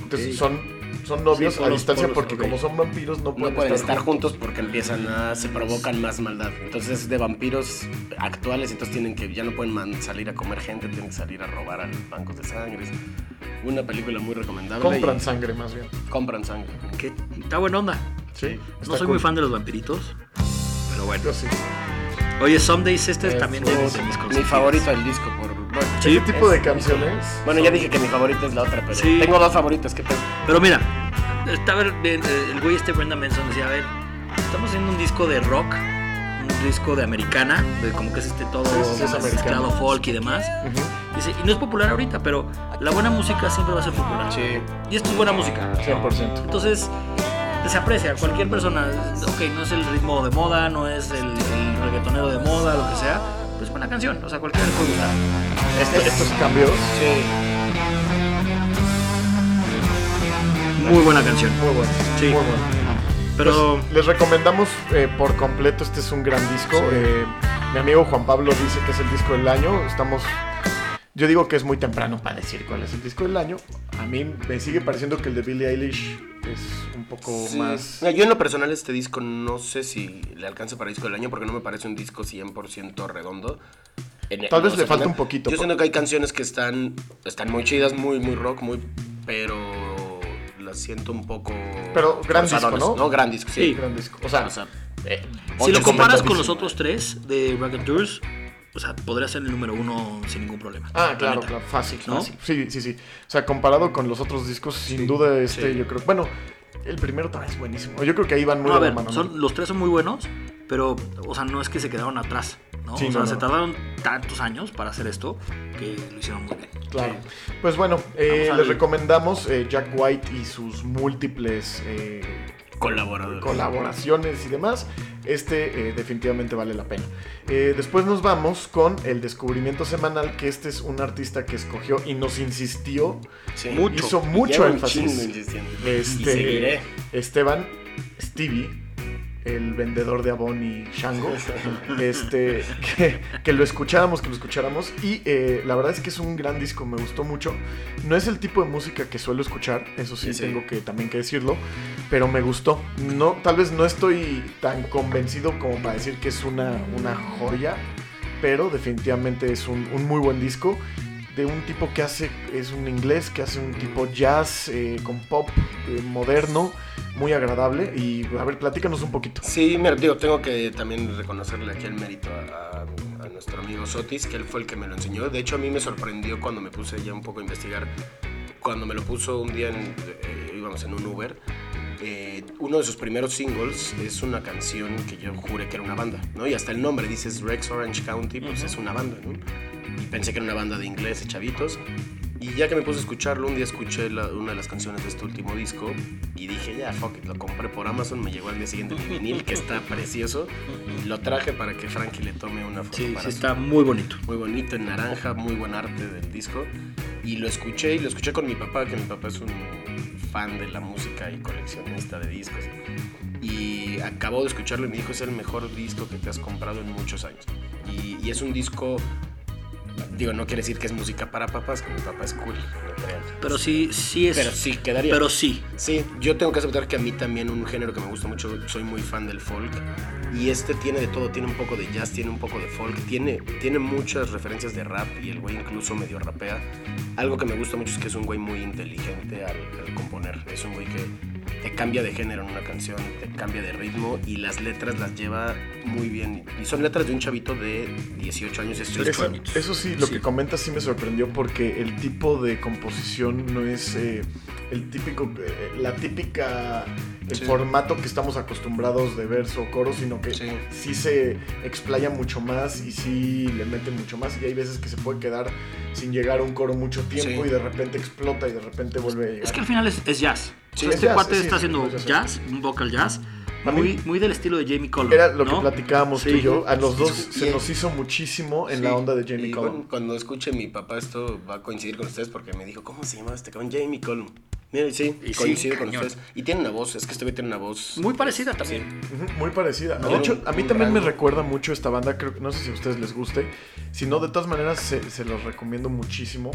[SPEAKER 1] Entonces
[SPEAKER 2] Ok.
[SPEAKER 1] son, son novios
[SPEAKER 3] Sí,
[SPEAKER 1] a
[SPEAKER 3] polos,
[SPEAKER 1] distancia
[SPEAKER 3] polos,
[SPEAKER 1] porque
[SPEAKER 3] ok.
[SPEAKER 1] como son vampiros no pueden,
[SPEAKER 3] No pueden estar juntos porque empiezan a se provocan más maldad. Entonces de vampiros actuales entonces tienen que ya no pueden man- salir a comer gente, tienen que salir a robar a los bancos de sangre. Es Una película muy recomendable.
[SPEAKER 1] Compran
[SPEAKER 3] y
[SPEAKER 1] sangre más bien.
[SPEAKER 3] compran sangre.
[SPEAKER 2] ¿Qué? Está buena onda.
[SPEAKER 1] Sí.
[SPEAKER 2] No soy muy fan de los vampiritos. Pero bueno.
[SPEAKER 1] Yo sí.
[SPEAKER 2] Oye, Somedays, este es
[SPEAKER 1] Eh,
[SPEAKER 2] también de,
[SPEAKER 1] fue
[SPEAKER 2] de mis
[SPEAKER 1] mi
[SPEAKER 3] Mi
[SPEAKER 2] consentidos.
[SPEAKER 3] favorito del disco por bueno,
[SPEAKER 2] Sí,
[SPEAKER 1] ¿Qué tipo de canciones?
[SPEAKER 3] bueno, ya dije que mi favorita es la otra, pero
[SPEAKER 2] Sí.
[SPEAKER 3] tengo dos favoritas, qué pedo.
[SPEAKER 2] Pero mira, estaba el, el güey este Brenda Manson decía, a ver, estamos haciendo un disco de rock, un disco de americana, de como que es este todo
[SPEAKER 1] Sí, sí, es
[SPEAKER 2] mezclado
[SPEAKER 1] americano.
[SPEAKER 2] folk y demás.
[SPEAKER 1] Ujú.
[SPEAKER 2] Dice, y no es popular ahorita, pero la buena música siempre va a ser popular.
[SPEAKER 3] Sí.
[SPEAKER 2] Y esto es buena música.
[SPEAKER 1] 100%.
[SPEAKER 2] Entonces, se aprecia. Cualquier persona, ok, no es el ritmo de moda, no es el, el reggaetonero de moda, lo que sea, pues buena canción. O sea, cualquiera le puede gustar.
[SPEAKER 1] Esto- estos cambios,
[SPEAKER 2] Muy buena canción.
[SPEAKER 1] muy buenos.
[SPEAKER 2] Sí.
[SPEAKER 1] Muy buenos.
[SPEAKER 2] Pero,
[SPEAKER 1] Les recomendamos eh, por completo, este es un gran disco. Eh, mi amigo Juan Pablo dice que es el disco del año. Estamos. Yo digo que es muy temprano para decir cuál es el disco del año. A mí me sigue pareciendo que el de Billie Eilish es un poco más.
[SPEAKER 3] Mira, yo en lo personal este disco no sé si le alcanza para disco del año porque no me parece un disco 100% redondo. En-
[SPEAKER 1] Tal vez
[SPEAKER 3] o
[SPEAKER 1] le
[SPEAKER 3] sea,
[SPEAKER 1] falta
[SPEAKER 3] me-
[SPEAKER 1] un poquito,
[SPEAKER 3] Yo
[SPEAKER 1] por-
[SPEAKER 3] siento que hay canciones que están están muy chidas, muy muy rock, muy pero las siento un poco
[SPEAKER 1] Pero gran
[SPEAKER 3] forzadones,
[SPEAKER 1] disco, ¿no?
[SPEAKER 3] gran disco, sí.
[SPEAKER 2] Sí.
[SPEAKER 1] Gran disco. O sea,
[SPEAKER 3] O sea, eh,
[SPEAKER 1] Pues,
[SPEAKER 2] si lo
[SPEAKER 3] ocho
[SPEAKER 2] comparas
[SPEAKER 3] cincuenta
[SPEAKER 2] con los
[SPEAKER 3] durísimo,
[SPEAKER 2] otros
[SPEAKER 3] eh.
[SPEAKER 2] tres de Rack Tours, o sea, podría ser el número uno sin ningún problema.
[SPEAKER 1] ah,
[SPEAKER 2] La
[SPEAKER 1] claro,
[SPEAKER 2] neta.
[SPEAKER 1] claro, fácil,
[SPEAKER 2] ¿No?
[SPEAKER 1] fácil. Sí, sí, sí. O sea, comparado con los otros discos, sin duda este, yo creo. Bueno, el primero también es buenísimo. Yo creo que ahí van muy
[SPEAKER 2] No, a
[SPEAKER 1] de la
[SPEAKER 2] ver,
[SPEAKER 1] mano, ¿no?
[SPEAKER 2] son, los tres son muy buenos, pero, o sea, no es que se quedaron atrás, ¿no?
[SPEAKER 1] Sí,
[SPEAKER 2] o sea,
[SPEAKER 1] no, no.
[SPEAKER 2] se tardaron tantos años para hacer esto que lo hicieron muy bien.
[SPEAKER 1] Claro. Pues bueno, eh,
[SPEAKER 2] al-
[SPEAKER 1] les recomendamos eh, Jack White y sus múltiples eh,
[SPEAKER 3] colaboradores.
[SPEAKER 1] colaboraciones y demás. Este eh, definitivamente vale la pena. Eh, después nos vamos con el descubrimiento semanal, que este es un artista que escogió y nos insistió,
[SPEAKER 3] Sí.
[SPEAKER 1] Mucho. hizo mucho
[SPEAKER 3] Lleva un
[SPEAKER 1] énfasis.
[SPEAKER 3] chingo insistiendo. Y
[SPEAKER 1] Este-
[SPEAKER 3] seguiré.
[SPEAKER 1] Esteban Stevie, el vendedor de Avon y Shango, este, que, que lo escucháramos, que lo escucháramos. Y eh, la verdad es que es un gran disco, me gustó mucho. No es el tipo de música que suelo escuchar, eso sí,
[SPEAKER 3] Sí, sí.
[SPEAKER 1] tengo que también que decirlo, pero me gustó. No, tal vez no estoy tan convencido como para decir que es una, una joya, pero definitivamente es un, un muy buen disco. De un tipo que hace, es un inglés, que hace un tipo jazz eh, con pop eh, moderno, muy agradable. Y a ver, platícanos un poquito.
[SPEAKER 3] Sí, mira, digo, tengo que también reconocerle aquí el mérito a, a- a nuestro amigo Sotis, que él fue el que me lo enseñó. De hecho, a mí me sorprendió cuando me puse ya un poco a investigar. Cuando me lo puso un día, en, eh, íbamos en un Uber, eh, uno de sus primeros singles es una canción que yo juré que era una banda, ¿no? Y hasta el nombre, dices Rex Orange County, pues es una banda, ¿no? Y pensé que era una banda de ingleses, chavitos. Y ya que me puse a escucharlo, un día escuché la- una de las canciones de este último disco y dije, ya, fuck it, lo compré por Amazon, me llegó al día siguiente el vinil, que está precioso, y lo traje para que Frankie le tome una foto.
[SPEAKER 2] Sí,
[SPEAKER 3] para
[SPEAKER 2] sí,
[SPEAKER 3] su-
[SPEAKER 2] está muy bonito.
[SPEAKER 3] Muy bonito, en naranja, muy buen arte del disco. Y lo escuché, y lo escuché con mi papá, que mi papá es un fan de la música y coleccionista de discos. Y acabo de escucharlo y me dijo, es el mejor disco que te has comprado en muchos años. Y, y es un disco... Digo, no quiere decir que es música para papás, que mi papá es cool, no crean.
[SPEAKER 2] Pero sí, sí es.
[SPEAKER 3] Pero sí, quedaría.
[SPEAKER 2] Pero sí.
[SPEAKER 3] Sí, yo tengo que aceptar que a mí también un género que me gusta mucho, soy muy fan del folk. Y este tiene de todo, tiene un poco de jazz, tiene un poco de folk, tiene, tiene muchas referencias de rap y el güey incluso medio rapea. Algo que me gusta mucho es que es un güey muy inteligente al, al componer. Es un güey que te cambia de género en una canción, te cambia de ritmo y las letras las lleva muy bien. Y son letras de un chavito de 18 años, es
[SPEAKER 1] Eso, eso sí, lo que comentas sí me sorprendió porque el tipo de composición no es eh, el típico, eh, la típica el formato que estamos acostumbrados de verso coro, sino que sí.
[SPEAKER 3] Sí.
[SPEAKER 1] se explaya mucho más y sí le mete mucho más. Y hay veces que se puede quedar sin llegar a un coro mucho tiempo
[SPEAKER 3] Sí.
[SPEAKER 1] y de repente explota y de repente vuelve a llegar.
[SPEAKER 2] Es que al final es, es jazz. O
[SPEAKER 1] Sí,
[SPEAKER 2] sea,
[SPEAKER 1] es
[SPEAKER 2] este
[SPEAKER 1] jazz,
[SPEAKER 2] cuate
[SPEAKER 1] sí,
[SPEAKER 2] está
[SPEAKER 1] sí,
[SPEAKER 2] haciendo
[SPEAKER 1] es jazz.
[SPEAKER 2] jazz, un vocal jazz,
[SPEAKER 1] A mí-
[SPEAKER 2] muy, muy del estilo de Jamie Collins.
[SPEAKER 1] Era lo que
[SPEAKER 2] ¿no?
[SPEAKER 1] platicábamos tú
[SPEAKER 2] Sí.
[SPEAKER 1] y yo. A los dos
[SPEAKER 3] Sí.
[SPEAKER 1] se nos hizo muchísimo en
[SPEAKER 3] Sí.
[SPEAKER 1] la onda de Jamie
[SPEAKER 3] Y
[SPEAKER 1] Cullum.
[SPEAKER 3] bueno, cuando escuche mi papá esto va a coincidir con ustedes porque me dijo, ¿cómo se llama este cabrón? Jamie Colum. Mira, y sí,
[SPEAKER 2] Y sí,
[SPEAKER 3] coincido con
[SPEAKER 2] cañón.
[SPEAKER 3] ustedes. Y tiene una voz, es que este güey tiene una voz.
[SPEAKER 2] Muy parecida también.
[SPEAKER 1] Ujú, Muy parecida.
[SPEAKER 3] No,
[SPEAKER 1] de hecho, a mí
[SPEAKER 3] un
[SPEAKER 1] también me
[SPEAKER 3] rango.
[SPEAKER 1] recuerda mucho esta banda. Creo que no sé si a ustedes les guste. Si no, de todas maneras, se, se los recomiendo muchísimo.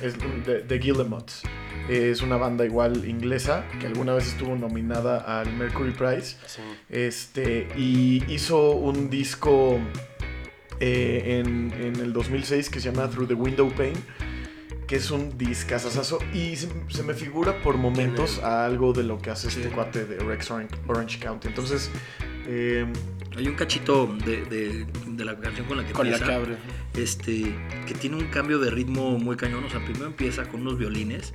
[SPEAKER 1] Es de, de Guillemots. Eh, Es una banda igual inglesa que alguna vez estuvo nominada al Mercury Prize.
[SPEAKER 3] Sí.
[SPEAKER 1] Este, y hizo un disco eh, en, en el 2006 que se llama Through the Window Pane, que es un discazazazo. Y se, se me figura por momentos a algo de lo que hace este cuate de Rex Orange, Orange County. Entonces, eh,
[SPEAKER 2] Hay un cachito de, de- de la canción con la que
[SPEAKER 3] Con la
[SPEAKER 2] empieza,
[SPEAKER 3] cabra.
[SPEAKER 2] este, que tiene un cambio de ritmo muy cañón. O sea, primero empieza con unos violines.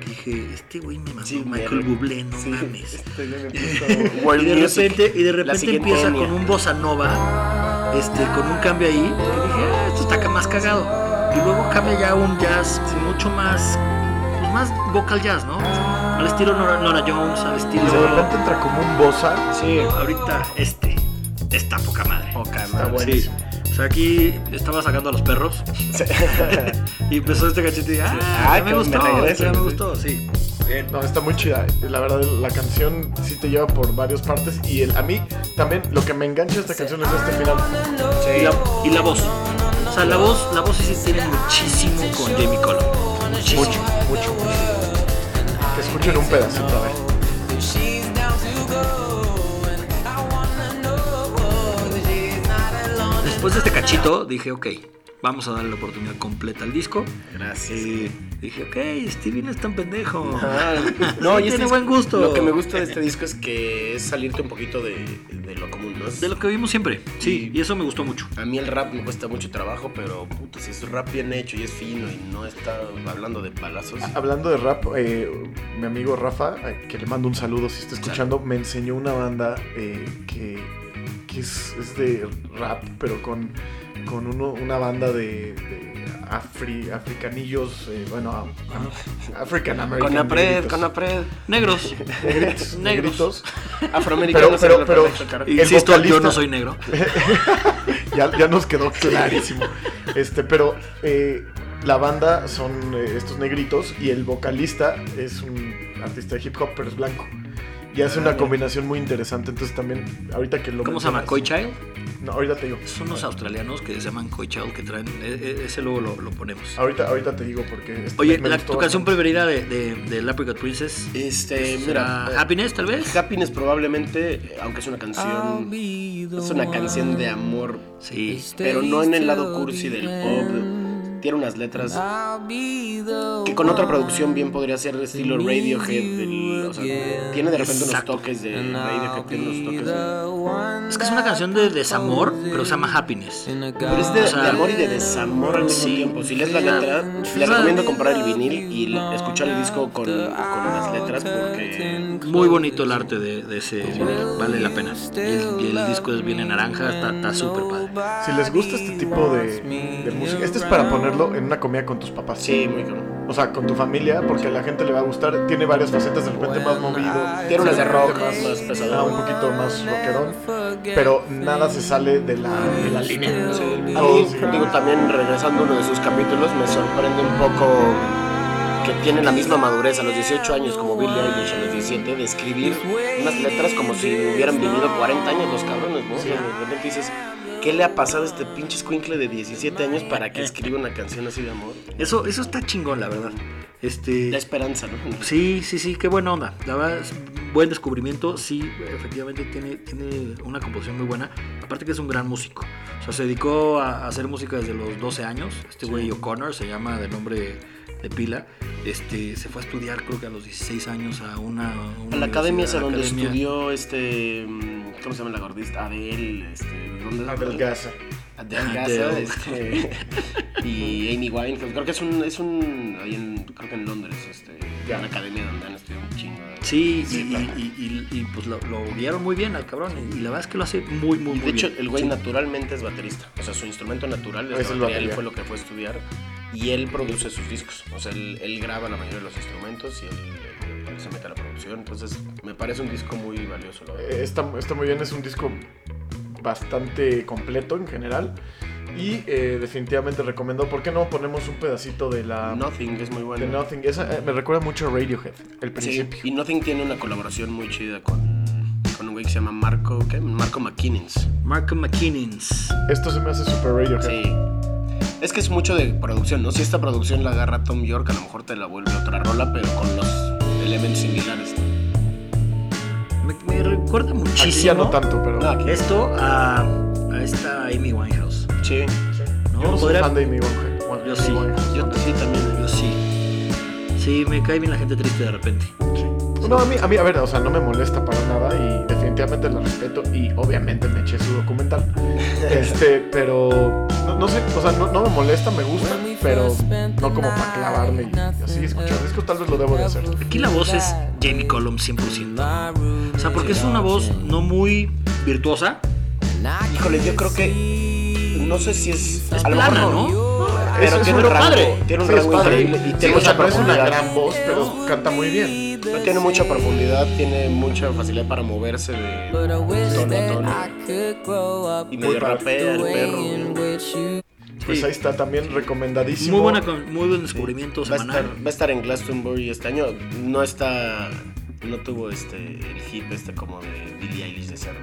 [SPEAKER 2] Que dije, este güey me mandó
[SPEAKER 3] Sí,
[SPEAKER 2] Michael
[SPEAKER 3] me-
[SPEAKER 2] Bublé, no
[SPEAKER 3] Sí.
[SPEAKER 2] mames.
[SPEAKER 3] Este güey me puso
[SPEAKER 2] y
[SPEAKER 3] World
[SPEAKER 2] de
[SPEAKER 3] Music.
[SPEAKER 2] repente, y de repente
[SPEAKER 3] siguiente
[SPEAKER 2] empieza
[SPEAKER 3] etnia.
[SPEAKER 2] con un bossa nova, este, con un cambio ahí, que dije, "Ah, esto está ca- más cagado. Y luego cambia ya a un jazz mucho más, pues más vocal jazz, ¿no? Al estilo Nora, Nora Jones, al estilo
[SPEAKER 1] y de repente entra como un bossa.
[SPEAKER 3] Sí,
[SPEAKER 2] ahorita este, está poca madre.
[SPEAKER 3] poca
[SPEAKER 1] Está
[SPEAKER 3] madre.
[SPEAKER 1] buenísimo.
[SPEAKER 2] O sea, aquí estaba sacando a los perros y empezó este cachete y dije, ah,
[SPEAKER 3] Ah,
[SPEAKER 2] ya me
[SPEAKER 3] que me
[SPEAKER 2] gustó,
[SPEAKER 3] regresen,
[SPEAKER 2] ya me
[SPEAKER 3] sí.
[SPEAKER 2] gustó, sí.
[SPEAKER 1] No, está muy chida. La verdad, la canción sí te lleva por varias partes. Y el, a mí también lo que me engancha de esta canción es este final.
[SPEAKER 2] y la, y la voz. O sea, la voz, la voz sí se tiene muchísimo con Jamie Collum. Muchísimo.
[SPEAKER 1] Mucho, mucho, mucho. Que escuchen un pedacito, a ver.
[SPEAKER 5] She's down to go, and I wanna know that she's not alone.
[SPEAKER 2] Después de este cachito dije, ok, vamos a darle la oportunidad completa al disco.
[SPEAKER 3] Gracias.
[SPEAKER 2] Eh, dije, ok, Stevie no es tan pendejo.
[SPEAKER 3] Ah, no,
[SPEAKER 2] Sí,
[SPEAKER 3] y este
[SPEAKER 2] tiene
[SPEAKER 3] disco-
[SPEAKER 2] buen gusto.
[SPEAKER 3] Lo que me gusta de este disco es que es salirte un poquito de, de lo común, ¿no? Es-
[SPEAKER 2] De lo que vimos siempre, sí, y eso me gustó mucho.
[SPEAKER 3] A mí el rap me cuesta mucho trabajo, pero puta, si es rap bien hecho y es fino y no está hablando de palazos.
[SPEAKER 1] Hablando de rap, eh, mi amigo Rafa, eh, que le mando un saludo si está escuchando, me enseñó una banda eh, que, que es, es de rap, pero con, con uno- una banda de, de afri- africanillos, eh, bueno, a- a- African American.
[SPEAKER 3] Ah, Con apred,
[SPEAKER 1] negritos.
[SPEAKER 3] con apred.
[SPEAKER 2] Negros.
[SPEAKER 1] Negritos,
[SPEAKER 2] Negros.
[SPEAKER 1] negritos.
[SPEAKER 3] Afroamericanos.
[SPEAKER 1] Pero-
[SPEAKER 3] es
[SPEAKER 1] pero-
[SPEAKER 3] lo correcto, carajo.
[SPEAKER 1] El
[SPEAKER 2] Insisto, yo
[SPEAKER 1] vocalista-
[SPEAKER 2] no soy negro.
[SPEAKER 1] ya, ya nos quedó clarísimo. Este, pero eh, la banda son eh, estos negritos y el vocalista es un artista de hip hop, pero es blanco. Y hace una combinación muy interesante. Entonces también, ahorita que lo...
[SPEAKER 2] ¿Cómo se llama?
[SPEAKER 1] mencionas-
[SPEAKER 2] ¿Coy Child?
[SPEAKER 1] No, ahorita te digo.
[SPEAKER 2] Son los australianos que se llaman Coy Child que traen. e- e- Ese luego lo, lo ponemos.
[SPEAKER 1] Ahorita, ahorita te digo porque... este
[SPEAKER 2] Oye,
[SPEAKER 1] Ah, me
[SPEAKER 2] la,
[SPEAKER 1] gustó
[SPEAKER 2] tu canción
[SPEAKER 1] bastante.
[SPEAKER 2] preferida de, de, de Leprechaun Princess.
[SPEAKER 3] Este,
[SPEAKER 2] ¿Será
[SPEAKER 3] mira. eh,
[SPEAKER 2] Happiness, tal vez.
[SPEAKER 3] Happiness probablemente, eh, aunque es una canción. Es una canción de amor,
[SPEAKER 2] Sí.
[SPEAKER 3] pero no en el lado cursi del pop. Tiene unas letras que con otra producción bien podría ser de estilo Radiohead. del- o sea, tiene de repente unos
[SPEAKER 2] Exacto.
[SPEAKER 3] toques de Radiohead, tiene unos toques de.
[SPEAKER 2] Es que es una canción de desamor, pero se llama Happiness.
[SPEAKER 3] Pero es de,
[SPEAKER 2] O sea,
[SPEAKER 3] de amor y de desamor al mismo
[SPEAKER 2] sí.
[SPEAKER 3] tiempo. Si lees la letra, les recomiendo comprar el vinil y l- escuchar el disco con, con las letras porque.
[SPEAKER 2] Muy bonito el arte de, de ese vinil, vale la pena. Y el, y el disco es bien en naranja, está está súper padre.
[SPEAKER 1] Si les gusta este tipo de, de música, este es para ponerlo en una comida con tus papás.
[SPEAKER 3] Sí, muy cabrón.
[SPEAKER 1] O sea, con tu familia, porque a la gente le va a gustar. Tiene varias facetas, de repente más movido.
[SPEAKER 3] Tiene unas de rock ah, más
[SPEAKER 1] repente más-
[SPEAKER 3] pesadón.
[SPEAKER 1] ah, un poquito más rockerón. Pero nada se sale de la, de la línea.
[SPEAKER 3] Sí, a
[SPEAKER 1] Oh,
[SPEAKER 3] mí,
[SPEAKER 1] sí.
[SPEAKER 3] digo, también regresando a uno de sus capítulos, me sorprende un poco que tiene la misma madurez a los 18 años como Billie Eilish a los 17 de escribir unas letras como si hubieran vivido 40 años los cabrones, ¿no? O sea, de repente dices, ¿qué le ha pasado a este pinche escuincle de 17 años para que escriba una canción así de amor?
[SPEAKER 2] Eso, eso está chingón, la verdad.
[SPEAKER 3] La
[SPEAKER 2] Este.
[SPEAKER 3] esperanza, ¿no?
[SPEAKER 2] Sí, sí, sí, qué buena onda. La verdad, es un buen descubrimiento. Sí, efectivamente tiene, tiene una composición muy buena. Aparte que es un gran músico. O sea, se dedicó a, a hacer música desde los 12 años. Este güey O'Connor se llama de nombre de pila. Este, se fue a estudiar creo que a los 16 años a una...
[SPEAKER 3] A
[SPEAKER 2] una
[SPEAKER 3] la academia es a
[SPEAKER 2] universidad,
[SPEAKER 3] donde
[SPEAKER 2] academia.
[SPEAKER 3] estudió este. mm, ¿Cómo se llama la gordista? Adele, este. ¿dónde-
[SPEAKER 1] Adelgaza.
[SPEAKER 3] Adele Gaza,
[SPEAKER 2] Adele.
[SPEAKER 3] este, y Amy Winehouse. Creo que es un, es un ahí en, creo que en Londres, este, Ya. La academia donde han estudiado un chingo. de-
[SPEAKER 2] Sí, y, y-
[SPEAKER 3] claro.
[SPEAKER 2] y- y- y, pues lo, lo guiaron muy bien al cabrón. Y, y la verdad es que lo hace muy, muy,
[SPEAKER 3] Y
[SPEAKER 2] muy
[SPEAKER 3] de
[SPEAKER 2] bien.
[SPEAKER 3] hecho, el güey
[SPEAKER 2] Sí.
[SPEAKER 3] naturalmente es baterista. O sea, su instrumento natural es,
[SPEAKER 1] Es
[SPEAKER 3] la
[SPEAKER 1] el
[SPEAKER 3] batería.
[SPEAKER 1] batería.
[SPEAKER 3] Él fue lo que fue a estudiar. Y él produce sus discos. O sea, él, él graba la mayoría de los instrumentos y él, él- él se mete a la producción. Entonces, me parece un disco muy valioso. La verdad.
[SPEAKER 1] Eh, Está, está muy bien, es un disco bastante completo en general. Y eh, definitivamente recomiendo, ¿por qué no ponemos un pedacito de la...
[SPEAKER 3] Nothing es muy
[SPEAKER 1] de
[SPEAKER 3] bueno.
[SPEAKER 1] Nothing? Esa eh, me recuerda mucho a Radiohead, el
[SPEAKER 3] Sí,
[SPEAKER 1] principio.
[SPEAKER 3] y Nothing tiene una colaboración muy chida con, con un güey que se llama Marco, ¿qué? Marco McKinnons.
[SPEAKER 2] Malcolm McKinnons.
[SPEAKER 1] Esto se me hace super Radiohead.
[SPEAKER 3] Sí. Es que es mucho de producción, ¿no? Si esta producción la agarra Tom York, a lo mejor te la vuelve otra rola, pero con los elementos similares.
[SPEAKER 2] Me, me recuerda muchísimo.
[SPEAKER 1] Aquí ya no tanto, pero...
[SPEAKER 3] No, aquí-
[SPEAKER 2] Esto a, a esta Amy Winehouse.
[SPEAKER 3] Sí.
[SPEAKER 2] ¿no?
[SPEAKER 1] Yo no soy
[SPEAKER 2] Podría-
[SPEAKER 1] fan de Amy Winehouse. Bueno,
[SPEAKER 2] Yo sí.
[SPEAKER 1] Amy Winehouse.
[SPEAKER 3] Yo sí también.
[SPEAKER 2] Yo sí. Sí, me cae bien la gente triste de repente.
[SPEAKER 1] No, a mí, a mí, a ver, o sea, no me molesta para nada y definitivamente la respeto y obviamente me eché su documental. Este, pero no, no sé, o sea, no, no me molesta, me gusta, pero no como para clavarme y así escuchar discos, tal vez lo debo de hacer.
[SPEAKER 2] Aquí la voz es Jamie Cullum 100%. O sea, porque es una voz no muy virtuosa.
[SPEAKER 3] Híjole, yo creo que. No sé si es.
[SPEAKER 2] Es
[SPEAKER 3] a lo
[SPEAKER 2] plana,
[SPEAKER 3] mejor
[SPEAKER 2] ¿no?
[SPEAKER 3] Pero
[SPEAKER 1] Eso es
[SPEAKER 3] tiene
[SPEAKER 1] lo
[SPEAKER 3] un rango.
[SPEAKER 2] padre.
[SPEAKER 3] Tiene un
[SPEAKER 1] Sí, es
[SPEAKER 3] rango
[SPEAKER 1] padre.
[SPEAKER 3] increíble. Y
[SPEAKER 1] Sí,
[SPEAKER 3] tiene
[SPEAKER 1] o sea,
[SPEAKER 3] mucha
[SPEAKER 1] no es una gran
[SPEAKER 3] profundidad.
[SPEAKER 1] voz, pero canta muy bien.
[SPEAKER 3] No tiene mucha profundidad, tiene mucha facilidad para moverse de
[SPEAKER 5] But I wish
[SPEAKER 3] tono a
[SPEAKER 5] that
[SPEAKER 3] tono.
[SPEAKER 5] I could grow up
[SPEAKER 3] Y medio rapea
[SPEAKER 5] the
[SPEAKER 3] el
[SPEAKER 5] way
[SPEAKER 3] perro.
[SPEAKER 5] in which you
[SPEAKER 1] Pues
[SPEAKER 2] Sí.
[SPEAKER 1] ahí está también recomendadísimo.
[SPEAKER 2] Muy, buena, con- muy buen descubrimiento
[SPEAKER 3] Va a, estar,
[SPEAKER 2] semanal.
[SPEAKER 3] va a estar en Glastonbury este año. No está. No tuvo este el hit este como de Billie Eilish de ser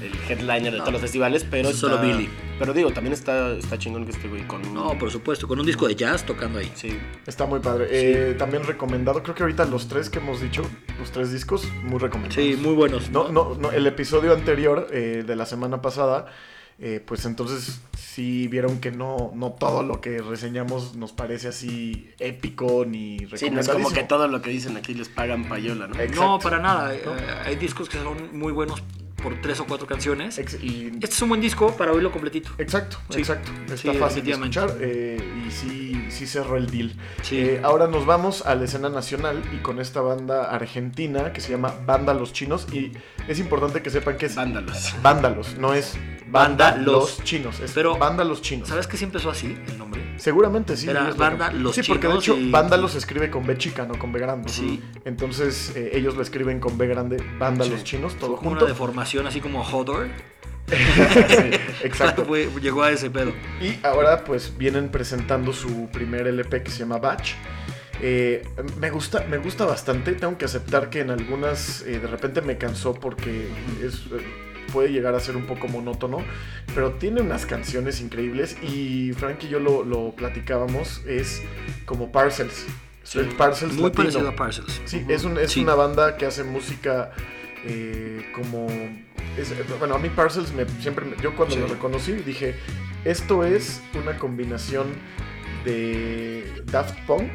[SPEAKER 3] el, el headliner de todos los festivales, pero
[SPEAKER 2] Solo
[SPEAKER 3] está-
[SPEAKER 2] Billie.
[SPEAKER 3] Pero digo, también está, está chingón que este güey con un.
[SPEAKER 2] No, por supuesto, con un disco de jazz tocando ahí.
[SPEAKER 3] Sí.
[SPEAKER 1] Está muy padre. Eh, también recomendado, creo que ahorita los tres que hemos dicho, los tres discos, muy recomendados.
[SPEAKER 2] Sí, muy buenos.
[SPEAKER 1] No, no, no, el episodio anterior eh, de la semana pasada, eh, pues entonces sí vieron que no, no todo lo que reseñamos nos parece así épico ni
[SPEAKER 3] Sí, no es como que
[SPEAKER 1] recomendadísimo.
[SPEAKER 3] todo lo que dicen aquí les pagan payola, ¿no?
[SPEAKER 1] Exacto.
[SPEAKER 2] No, para nada. Eh, Hay discos que son muy buenos por tres o cuatro canciones. Este
[SPEAKER 1] Ex- y-
[SPEAKER 2] es un buen disco para oírlo completito.
[SPEAKER 1] Exacto,
[SPEAKER 2] Sí.
[SPEAKER 1] exacto.
[SPEAKER 2] Sí,
[SPEAKER 1] Está fácil de
[SPEAKER 2] definitivamente.
[SPEAKER 1] escuchar eh, y sí, sí cerró el deal.
[SPEAKER 2] Sí.
[SPEAKER 1] Eh, ahora nos vamos a la escena nacional y con esta banda argentina que se llama Banda Los Chinos y es importante que sepan que es
[SPEAKER 3] Vándalos.
[SPEAKER 1] Vándalos, no es
[SPEAKER 2] Banda
[SPEAKER 1] Banda
[SPEAKER 2] Los.
[SPEAKER 1] Los Chinos, es
[SPEAKER 2] Pero-
[SPEAKER 1] Banda Los Chinos.
[SPEAKER 2] ¿Sabes que sí empezó así el nombre?
[SPEAKER 1] Seguramente sí.
[SPEAKER 2] Era
[SPEAKER 1] ellos lo
[SPEAKER 2] Banda
[SPEAKER 1] llaman.
[SPEAKER 2] Los
[SPEAKER 1] Sí, porque de
[SPEAKER 2] Chinos
[SPEAKER 1] hecho
[SPEAKER 2] y-
[SPEAKER 1] Banda los escribe con B chica, no con B grande.
[SPEAKER 2] Sí.
[SPEAKER 1] Entonces eh, ellos lo escriben con B grande, Banda
[SPEAKER 2] Sí.
[SPEAKER 1] los Chinos, todo
[SPEAKER 2] Fue como
[SPEAKER 1] junto.
[SPEAKER 2] una deformación así como Hodor.
[SPEAKER 1] Sí, exacto.
[SPEAKER 2] Fue- llegó a ese pedo.
[SPEAKER 1] Y ahora pues vienen presentando su primer LP que se llama Batch. Eh, me, gusta, me gusta bastante, tengo que aceptar que en algunas eh, de repente me cansó porque es, eh, puede llegar a ser un poco monótono, pero tiene unas canciones increíbles y Frank y yo lo, lo platicábamos, es como Parcels, es el Parcels
[SPEAKER 2] Muy
[SPEAKER 1] latino.
[SPEAKER 2] parecido a Parcels.
[SPEAKER 1] Sí,
[SPEAKER 2] Ujú.
[SPEAKER 1] es, un- es
[SPEAKER 2] Sí.
[SPEAKER 1] una banda que hace música eh, como... es- bueno, a mí Parcels me, siempre... me- yo cuando
[SPEAKER 2] Sí.
[SPEAKER 1] lo reconocí dije, esto es una combinación de Daft Punk.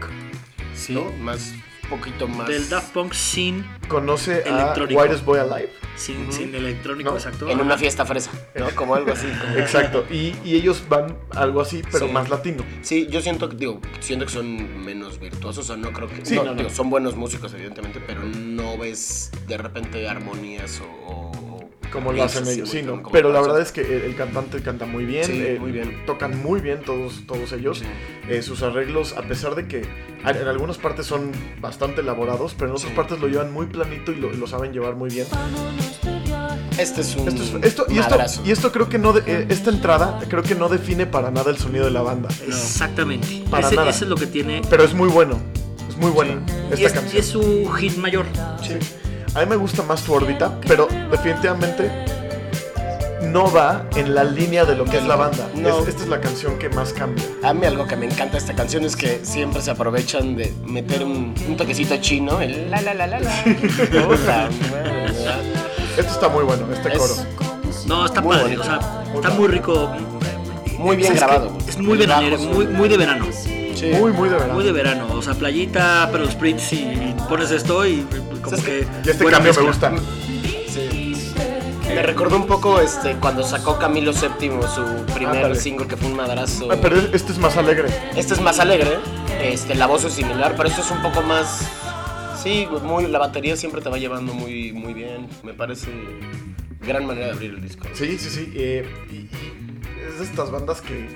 [SPEAKER 3] Sí, más. Poquito más.
[SPEAKER 2] Del Daft Punk sin,
[SPEAKER 1] Conoce a
[SPEAKER 2] Electrónico.
[SPEAKER 1] Whitest Boy Alive.
[SPEAKER 2] sin, sin electrónico,
[SPEAKER 1] No,
[SPEAKER 2] exacto.
[SPEAKER 3] En una
[SPEAKER 2] Ajá.
[SPEAKER 3] fiesta fresa, ¿no? Como algo así. como-
[SPEAKER 1] Exacto. Y, y ellos van algo así, pero
[SPEAKER 3] Sí.
[SPEAKER 1] más latino.
[SPEAKER 3] Sí, yo siento que, digo, siento que son menos virtuosos, o no creo que...
[SPEAKER 1] Sí,
[SPEAKER 3] no,
[SPEAKER 1] no, no.
[SPEAKER 3] digo, son buenos músicos, evidentemente, pero no ves de repente armonías o... o- o
[SPEAKER 1] Como lo
[SPEAKER 3] riffs
[SPEAKER 1] hacen
[SPEAKER 3] así
[SPEAKER 1] ellos,
[SPEAKER 3] muy
[SPEAKER 1] sí, no.
[SPEAKER 3] como
[SPEAKER 1] Pero la
[SPEAKER 3] pasa.
[SPEAKER 1] verdad es que el, el cantante canta muy bien,
[SPEAKER 3] Sí,
[SPEAKER 1] eh,
[SPEAKER 3] muy bien.
[SPEAKER 1] tocan muy bien todos, todos ellos.
[SPEAKER 3] Sí.
[SPEAKER 1] Eh, sus arreglos, a pesar de que a- en algunas partes son bastante elaborados, pero en otras
[SPEAKER 3] Sí.
[SPEAKER 1] partes lo llevan muy planito y lo, lo saben llevar muy bien.
[SPEAKER 3] Este es un
[SPEAKER 1] Esto, es- esto- y, esto,
[SPEAKER 3] madrazo.
[SPEAKER 1] y esto creo que no, de- eh, esta entrada creo que no define para nada el sonido de la banda,
[SPEAKER 2] Exactamente.
[SPEAKER 1] Para
[SPEAKER 2] ese,
[SPEAKER 1] nada.
[SPEAKER 2] ese es lo que tiene.
[SPEAKER 1] pero es muy bueno, es muy buena
[SPEAKER 2] y,
[SPEAKER 1] esta
[SPEAKER 2] es, y
[SPEAKER 1] canción.
[SPEAKER 2] es su hit mayor.
[SPEAKER 1] A mí me gusta más tu órbita, pero definitivamente no va en la línea de lo que es la banda.
[SPEAKER 3] No.
[SPEAKER 1] Es- esta es la canción que más cambia.
[SPEAKER 3] A mí algo que me encanta de esta canción es que siempre se aprovechan de meter un, un toquecito chino, el la la la la la. Puta madre, ¿verdad?
[SPEAKER 1] Esto está muy bueno, este
[SPEAKER 3] Es-
[SPEAKER 1] coro.
[SPEAKER 2] No, está
[SPEAKER 3] Muy
[SPEAKER 2] padre.
[SPEAKER 3] bonito.
[SPEAKER 2] O sea, está muy rico.
[SPEAKER 3] Muy bien
[SPEAKER 2] Es que
[SPEAKER 3] grabado.
[SPEAKER 2] Es muy, veranero, muy, muy de verano.
[SPEAKER 3] Sí.
[SPEAKER 1] Muy, muy de verdad.
[SPEAKER 2] Muy de verano. O sea, playita, pero spritz y, y pones esto y como
[SPEAKER 3] ¿Sabes
[SPEAKER 2] que.
[SPEAKER 1] Y este
[SPEAKER 2] buena
[SPEAKER 1] cambio me
[SPEAKER 2] mezcla.
[SPEAKER 1] gusta.
[SPEAKER 3] Me recordó un poco este cuando sacó Camilo VII su primer
[SPEAKER 1] Ándale. Ah,
[SPEAKER 3] single que fue un madrazo.
[SPEAKER 1] Ay, pero este es más alegre.
[SPEAKER 3] Este es más alegre. Este, la voz es similar, pero esto es un poco más. Sí, muy, la batería siempre te va llevando muy, muy bien. Me parece gran manera de abrir el disco.
[SPEAKER 1] Sí, sí, sí. eh, y, y es de estas bandas que,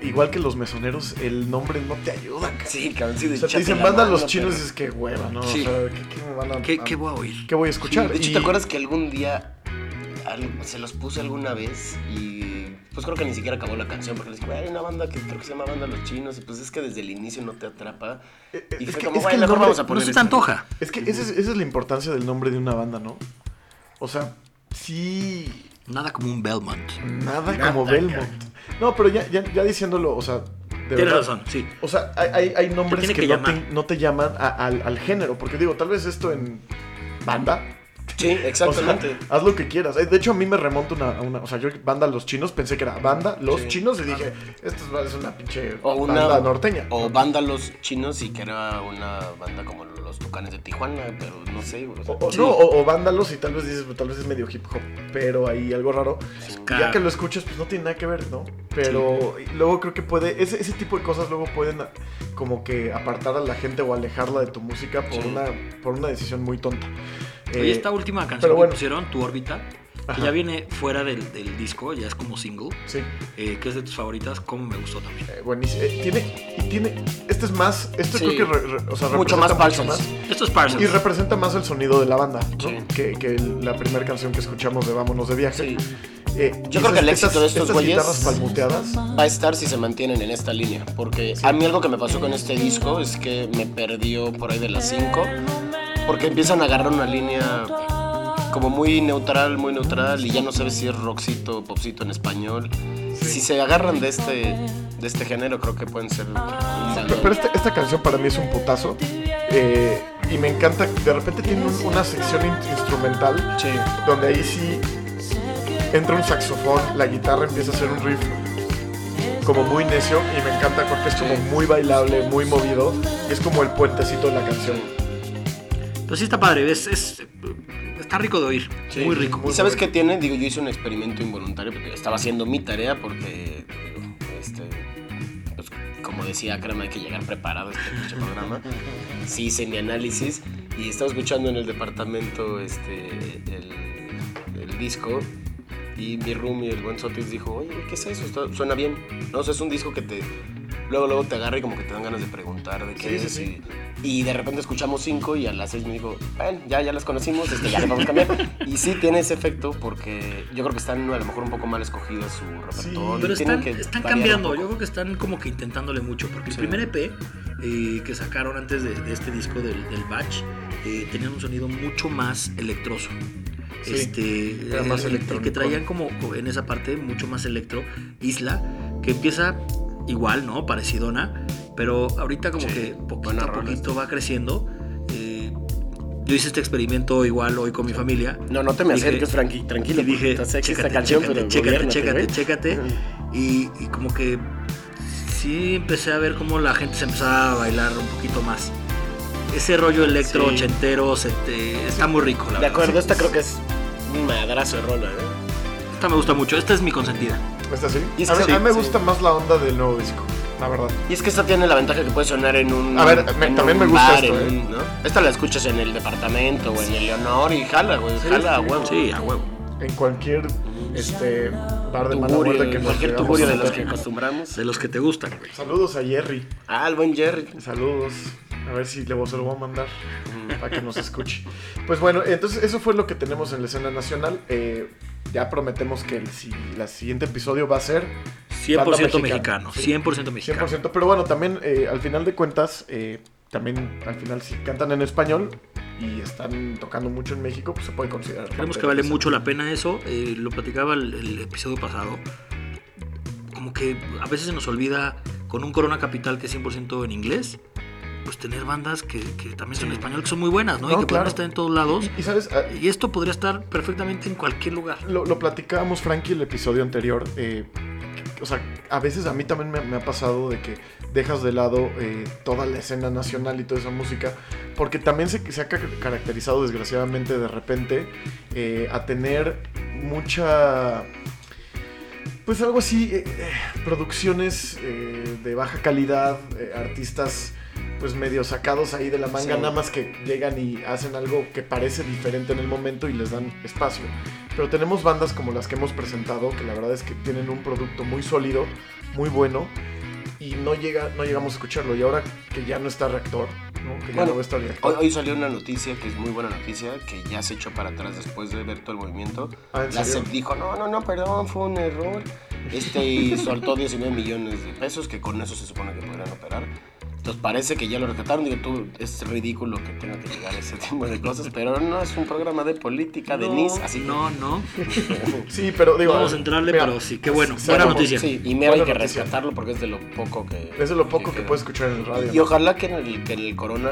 [SPEAKER 1] que igual que los mesoneros, el nombre no te ayuda. ca-
[SPEAKER 3] Sí, cabrón, sí, de
[SPEAKER 1] O sea, te
[SPEAKER 3] échate
[SPEAKER 1] dicen
[SPEAKER 3] la
[SPEAKER 1] banda
[SPEAKER 3] mano,
[SPEAKER 1] los chinos y
[SPEAKER 3] pero-
[SPEAKER 1] dices que hueva, ¿no?
[SPEAKER 2] Sí.
[SPEAKER 1] O sea, ¿qué, qué me van a,
[SPEAKER 2] ¿Qué,
[SPEAKER 1] a-
[SPEAKER 2] qué voy a oír?
[SPEAKER 1] qué voy a escuchar?
[SPEAKER 3] De hecho,
[SPEAKER 1] Y-
[SPEAKER 3] ¿te acuerdas que algún día al- se los puse alguna vez y pues creo que ni siquiera acabó la canción porque les dije, "Güey, hay una banda que creo que se llama Banda Los Chinos y pues es que desde el inicio no te atrapa.
[SPEAKER 1] Eh, eh,
[SPEAKER 3] Y
[SPEAKER 1] es
[SPEAKER 3] fue
[SPEAKER 1] que-
[SPEAKER 3] como,
[SPEAKER 1] es
[SPEAKER 3] "Güey,
[SPEAKER 1] que el
[SPEAKER 3] mejor
[SPEAKER 1] nombre- pues,
[SPEAKER 3] vamos a
[SPEAKER 2] No
[SPEAKER 3] poner
[SPEAKER 2] se te
[SPEAKER 3] esta".
[SPEAKER 2] antoja.
[SPEAKER 1] Es que esa es, esa es la importancia del nombre de una banda, ¿no? O sea, sí,
[SPEAKER 2] Nada como un Belmont.
[SPEAKER 1] nada, como Belmont. No, pero ya, ya, ya diciéndolo, o sea, de
[SPEAKER 2] Tienes
[SPEAKER 1] verdad.
[SPEAKER 2] razón, sí.
[SPEAKER 1] O sea, hay, hay- hay nombres
[SPEAKER 2] tiene
[SPEAKER 1] que,
[SPEAKER 2] que
[SPEAKER 1] no, te,
[SPEAKER 2] llamar.
[SPEAKER 1] no te llaman a- al, al género, porque digo, tal vez esto en banda.
[SPEAKER 3] Sí,
[SPEAKER 1] o sea,
[SPEAKER 3] exactamente.
[SPEAKER 1] haz lo que quieras. Eh, De hecho, a mí me remonta una, a una- O sea, yo banda los chinos pensé que era banda los
[SPEAKER 3] Sí. Ah.
[SPEAKER 1] chinos y dije, esto es- es una pinche
[SPEAKER 3] O una
[SPEAKER 1] banda norteña.
[SPEAKER 3] O Banda Los Chinos y que era una banda como Los Tucanes de Tijuana, pero no sé. o sea,
[SPEAKER 1] O- o
[SPEAKER 3] sí.
[SPEAKER 1] No, o, o vándalos y tal vez dices, tal vez es medio hip hop, pero hay algo raro.
[SPEAKER 2] Ska.
[SPEAKER 1] Ya que lo escuchas, pues no tiene nada que ver, ¿no? Pero luego creo que puede, ese, ese tipo de cosas luego pueden a- como que apartar a la gente o alejarla de tu música por,
[SPEAKER 3] Sí.
[SPEAKER 1] una, por una decisión muy tonta.
[SPEAKER 2] Oye,
[SPEAKER 1] Eh,
[SPEAKER 2] esta última canción
[SPEAKER 1] pero
[SPEAKER 2] que
[SPEAKER 1] bueno.
[SPEAKER 2] pusieron, Tu órbita,
[SPEAKER 1] Ajá.
[SPEAKER 2] que ya viene fuera del, del disco, ya es como single,
[SPEAKER 1] Sí,
[SPEAKER 2] eh, que es de tus favoritas, como me gustó también.
[SPEAKER 1] eh, buenísimo. Eh, tiene, y tiene, este es más, este
[SPEAKER 3] Sí.
[SPEAKER 1] creo que, re- re- o sea,
[SPEAKER 3] Mucho
[SPEAKER 1] representa
[SPEAKER 3] más Parsons.
[SPEAKER 2] Esto es
[SPEAKER 1] Y
[SPEAKER 2] Parsons.
[SPEAKER 1] representa más el sonido de la banda, ¿no?
[SPEAKER 3] Sí.
[SPEAKER 1] que, que el- la primera canción que escuchamos de Vámonos de Viaje.
[SPEAKER 3] Sí.
[SPEAKER 1] Eh,
[SPEAKER 3] Yo creo que el
[SPEAKER 1] estas-
[SPEAKER 3] éxito de estos
[SPEAKER 1] estas
[SPEAKER 3] güeyes-
[SPEAKER 1] guitarras palmuteadas.
[SPEAKER 3] va a estar si se mantienen en esta línea. Porque a mí algo que me pasó con este disco es que me perdió por ahí de las 5. Porque empiezan a agarrar una línea como muy neutral, muy neutral. Y ya no sabes si es rockcito o popcito en español. Si se agarran de este, de este género, creo que pueden ser un
[SPEAKER 1] Pero,
[SPEAKER 3] valor.
[SPEAKER 1] pero este- esta canción para mí es un putazo. eh, y me encanta. De repente tiene un- una sección in- instrumental
[SPEAKER 3] Sí.
[SPEAKER 1] donde ahí sí entra un saxofón, la guitarra empieza a hacer un riff como muy necio. Y me encanta porque es como muy bailable, muy movido. Y es como el puentecito de la canción.
[SPEAKER 2] Pues sí está padre, es, es- está rico de oír, muy rico.
[SPEAKER 3] ¿Y sabes qué tiene? Digo, yo hice un experimento involuntario porque estaba haciendo mi tarea porque, digo, este, pues, como decía Crema, hay que llegar preparado a este pinche programa. Sí hice mi análisis y estaba escuchando en el departamento este, el, el disco y mi roomie, el buen Sotis, dijo, oye, ¿qué es eso? Está- suena bien. No, o sea, es un disco que te... Luego, luego te agarra y como que te dan ganas de preguntar de qué
[SPEAKER 1] Sí, sí,
[SPEAKER 3] es.
[SPEAKER 1] sí.
[SPEAKER 3] Y, y de repente escuchamos cinco y a las seis me dijo, bueno, ya, ya las conocimos, este, ya las vamos a cambiar. y sí tiene ese efecto porque yo creo que están a lo mejor un poco mal escogidas su repertorio.
[SPEAKER 1] Sí,
[SPEAKER 2] Pero
[SPEAKER 3] Tienen
[SPEAKER 2] están,
[SPEAKER 3] que
[SPEAKER 2] están
[SPEAKER 3] variar un
[SPEAKER 2] cambiando,
[SPEAKER 3] poco.
[SPEAKER 2] yo creo que están como que intentándole mucho, porque
[SPEAKER 3] Sí.
[SPEAKER 2] el primer EP eh, que sacaron antes de, de este disco del, del Batch eh, tenían un sonido mucho más electroso.
[SPEAKER 1] Sí,
[SPEAKER 2] este,
[SPEAKER 1] era
[SPEAKER 2] el-
[SPEAKER 1] más
[SPEAKER 2] el- el que
[SPEAKER 1] electrónico.
[SPEAKER 2] traían como en esa parte mucho más electro, Isla, que empieza igual, ¿no? Parecidona, pero ahorita como
[SPEAKER 3] Sí,
[SPEAKER 2] que poquito
[SPEAKER 3] buena
[SPEAKER 2] a
[SPEAKER 3] rola
[SPEAKER 2] poquito va creciendo. Eh, yo hice este experimento igual hoy con mi familia.
[SPEAKER 3] No, no te me
[SPEAKER 2] Dije-
[SPEAKER 3] acerques, Frankie, tranquilo.
[SPEAKER 2] Y dije,
[SPEAKER 3] porque sé que
[SPEAKER 2] chécate,
[SPEAKER 3] esta canción,
[SPEAKER 2] chécate,
[SPEAKER 3] pero
[SPEAKER 2] chécate,
[SPEAKER 3] gobiérnate, ¿eh?
[SPEAKER 2] chécate,
[SPEAKER 3] güey".
[SPEAKER 2] chécate. Y, y como que sí empecé a ver cómo la gente se empezaba a bailar un poquito más. Ese rollo electro
[SPEAKER 3] Sí.
[SPEAKER 2] ochentero se te- está muy rico, la
[SPEAKER 3] De
[SPEAKER 2] verdad.
[SPEAKER 3] acuerdo,
[SPEAKER 2] Sí,
[SPEAKER 3] esta
[SPEAKER 2] sí.
[SPEAKER 3] creo que es un madrazo de rola, ¿eh?
[SPEAKER 2] Esta me gusta mucho, esta es mi consentida.
[SPEAKER 1] ¿Está así?
[SPEAKER 3] Y es
[SPEAKER 1] a,
[SPEAKER 3] que
[SPEAKER 1] mí-
[SPEAKER 3] sí,
[SPEAKER 1] a mí me
[SPEAKER 3] sí.
[SPEAKER 1] gusta más la onda del nuevo disco, la verdad.
[SPEAKER 3] Y es que esta tiene la ventaja que puede sonar en un.
[SPEAKER 1] A ver, me-
[SPEAKER 3] en
[SPEAKER 1] también
[SPEAKER 3] un
[SPEAKER 1] me gusta
[SPEAKER 3] bar,
[SPEAKER 1] esto,
[SPEAKER 3] en
[SPEAKER 1] ¿eh?
[SPEAKER 3] un- ¿no? Esta la escuchas en el departamento o en el Leonor y jala, güey. Jala a huevo.
[SPEAKER 2] Sí, a huevo.
[SPEAKER 1] En cualquier este, bar de mala
[SPEAKER 3] Tugurio,
[SPEAKER 1] muerte que nos
[SPEAKER 3] cualquier
[SPEAKER 1] llegamos
[SPEAKER 3] tugurio
[SPEAKER 1] a
[SPEAKER 3] de los que
[SPEAKER 1] meter.
[SPEAKER 3] acostumbramos.
[SPEAKER 2] De los que te gustan, güey.
[SPEAKER 1] Saludos a Jerry.
[SPEAKER 3] Ah, el buen Jerry.
[SPEAKER 1] Saludos. A ver si le, se lo voy a mandar para que nos escuche. Pues bueno, entonces eso fue lo que tenemos en la escena nacional. Eh, ya prometemos que el, si, la siguiente episodio va a ser
[SPEAKER 2] 100%
[SPEAKER 1] mexicana.
[SPEAKER 2] mexicano, 100% mexicano.
[SPEAKER 1] 100%. Pero bueno, también eh, al final de cuentas, eh, también al final si cantan en español y están tocando mucho en México, pues se puede considerar.
[SPEAKER 2] Creemos
[SPEAKER 1] parte
[SPEAKER 2] que vale
[SPEAKER 1] de la
[SPEAKER 2] mucho la pena eso. eh, lo platicaba el, el episodio pasado. Como que a veces se nos olvida con un Corona Capital que es 100% en inglés, pues tener bandas que, que también son en español, que son muy buenas,
[SPEAKER 1] No,
[SPEAKER 2] ¿no? y
[SPEAKER 1] claro.
[SPEAKER 2] que pueden estar en todos lados.
[SPEAKER 1] escena. Y sabes, Ah,
[SPEAKER 2] Y esto podría estar perfectamente en cualquier lugar.
[SPEAKER 1] lo, lo platicábamos, Frankie, el episodio anterior. eh, o sea, a veces a mí también me, me ha pasado de que dejas de lado eh, toda la escena nacional y toda esa música, porque también se, se ha ca- caracterizado, desgraciadamente, de repente, eh, a tener mucha. Pues algo así, eh, eh, producciones eh, de baja calidad, eh, artistas pues medio sacados ahí de la manga,
[SPEAKER 3] Sí.
[SPEAKER 1] nada más que llegan y hacen algo que parece diferente en el momento y les dan espacio. Pero tenemos bandas como las que hemos presentado, que la verdad es que tienen un producto muy sólido, muy bueno, y no, llega, no llegamos a escucharlo. Y ahora que ya no está reactor, ¿no? que ya
[SPEAKER 3] Bueno,
[SPEAKER 1] no va a estar reactor.
[SPEAKER 3] Hoy, hoy salió una noticia que es muy buena noticia, que ya se echó para atrás después de ver todo el movimiento.
[SPEAKER 1] Ah, ¿en
[SPEAKER 3] La
[SPEAKER 1] serio?
[SPEAKER 3] SEP dijo, no, no, no, perdón, fue un error. Este y soltó 19 millones de pesos, que con eso se supone que podrán operar. Entonces parece que ya lo recataron. Digo, tú, es ridículo que tenga que llegar a ese tipo de cosas, pero no es un programa de política de NIS, así que-
[SPEAKER 2] no, no.
[SPEAKER 1] Sí, pero digo...
[SPEAKER 2] Vamos a entrarle,
[SPEAKER 1] mira,
[SPEAKER 2] pero sí, qué bueno.
[SPEAKER 1] sí,
[SPEAKER 2] Buena
[SPEAKER 1] como-
[SPEAKER 2] noticia.
[SPEAKER 3] Sí, y mira, hay
[SPEAKER 1] Buena
[SPEAKER 3] que
[SPEAKER 1] noticia.
[SPEAKER 3] rescatarlo porque es de lo poco que...
[SPEAKER 1] Es de lo poco que
[SPEAKER 3] queda.
[SPEAKER 1] puedes escuchar en el radio.
[SPEAKER 3] Y ojalá que en el, que en el Corona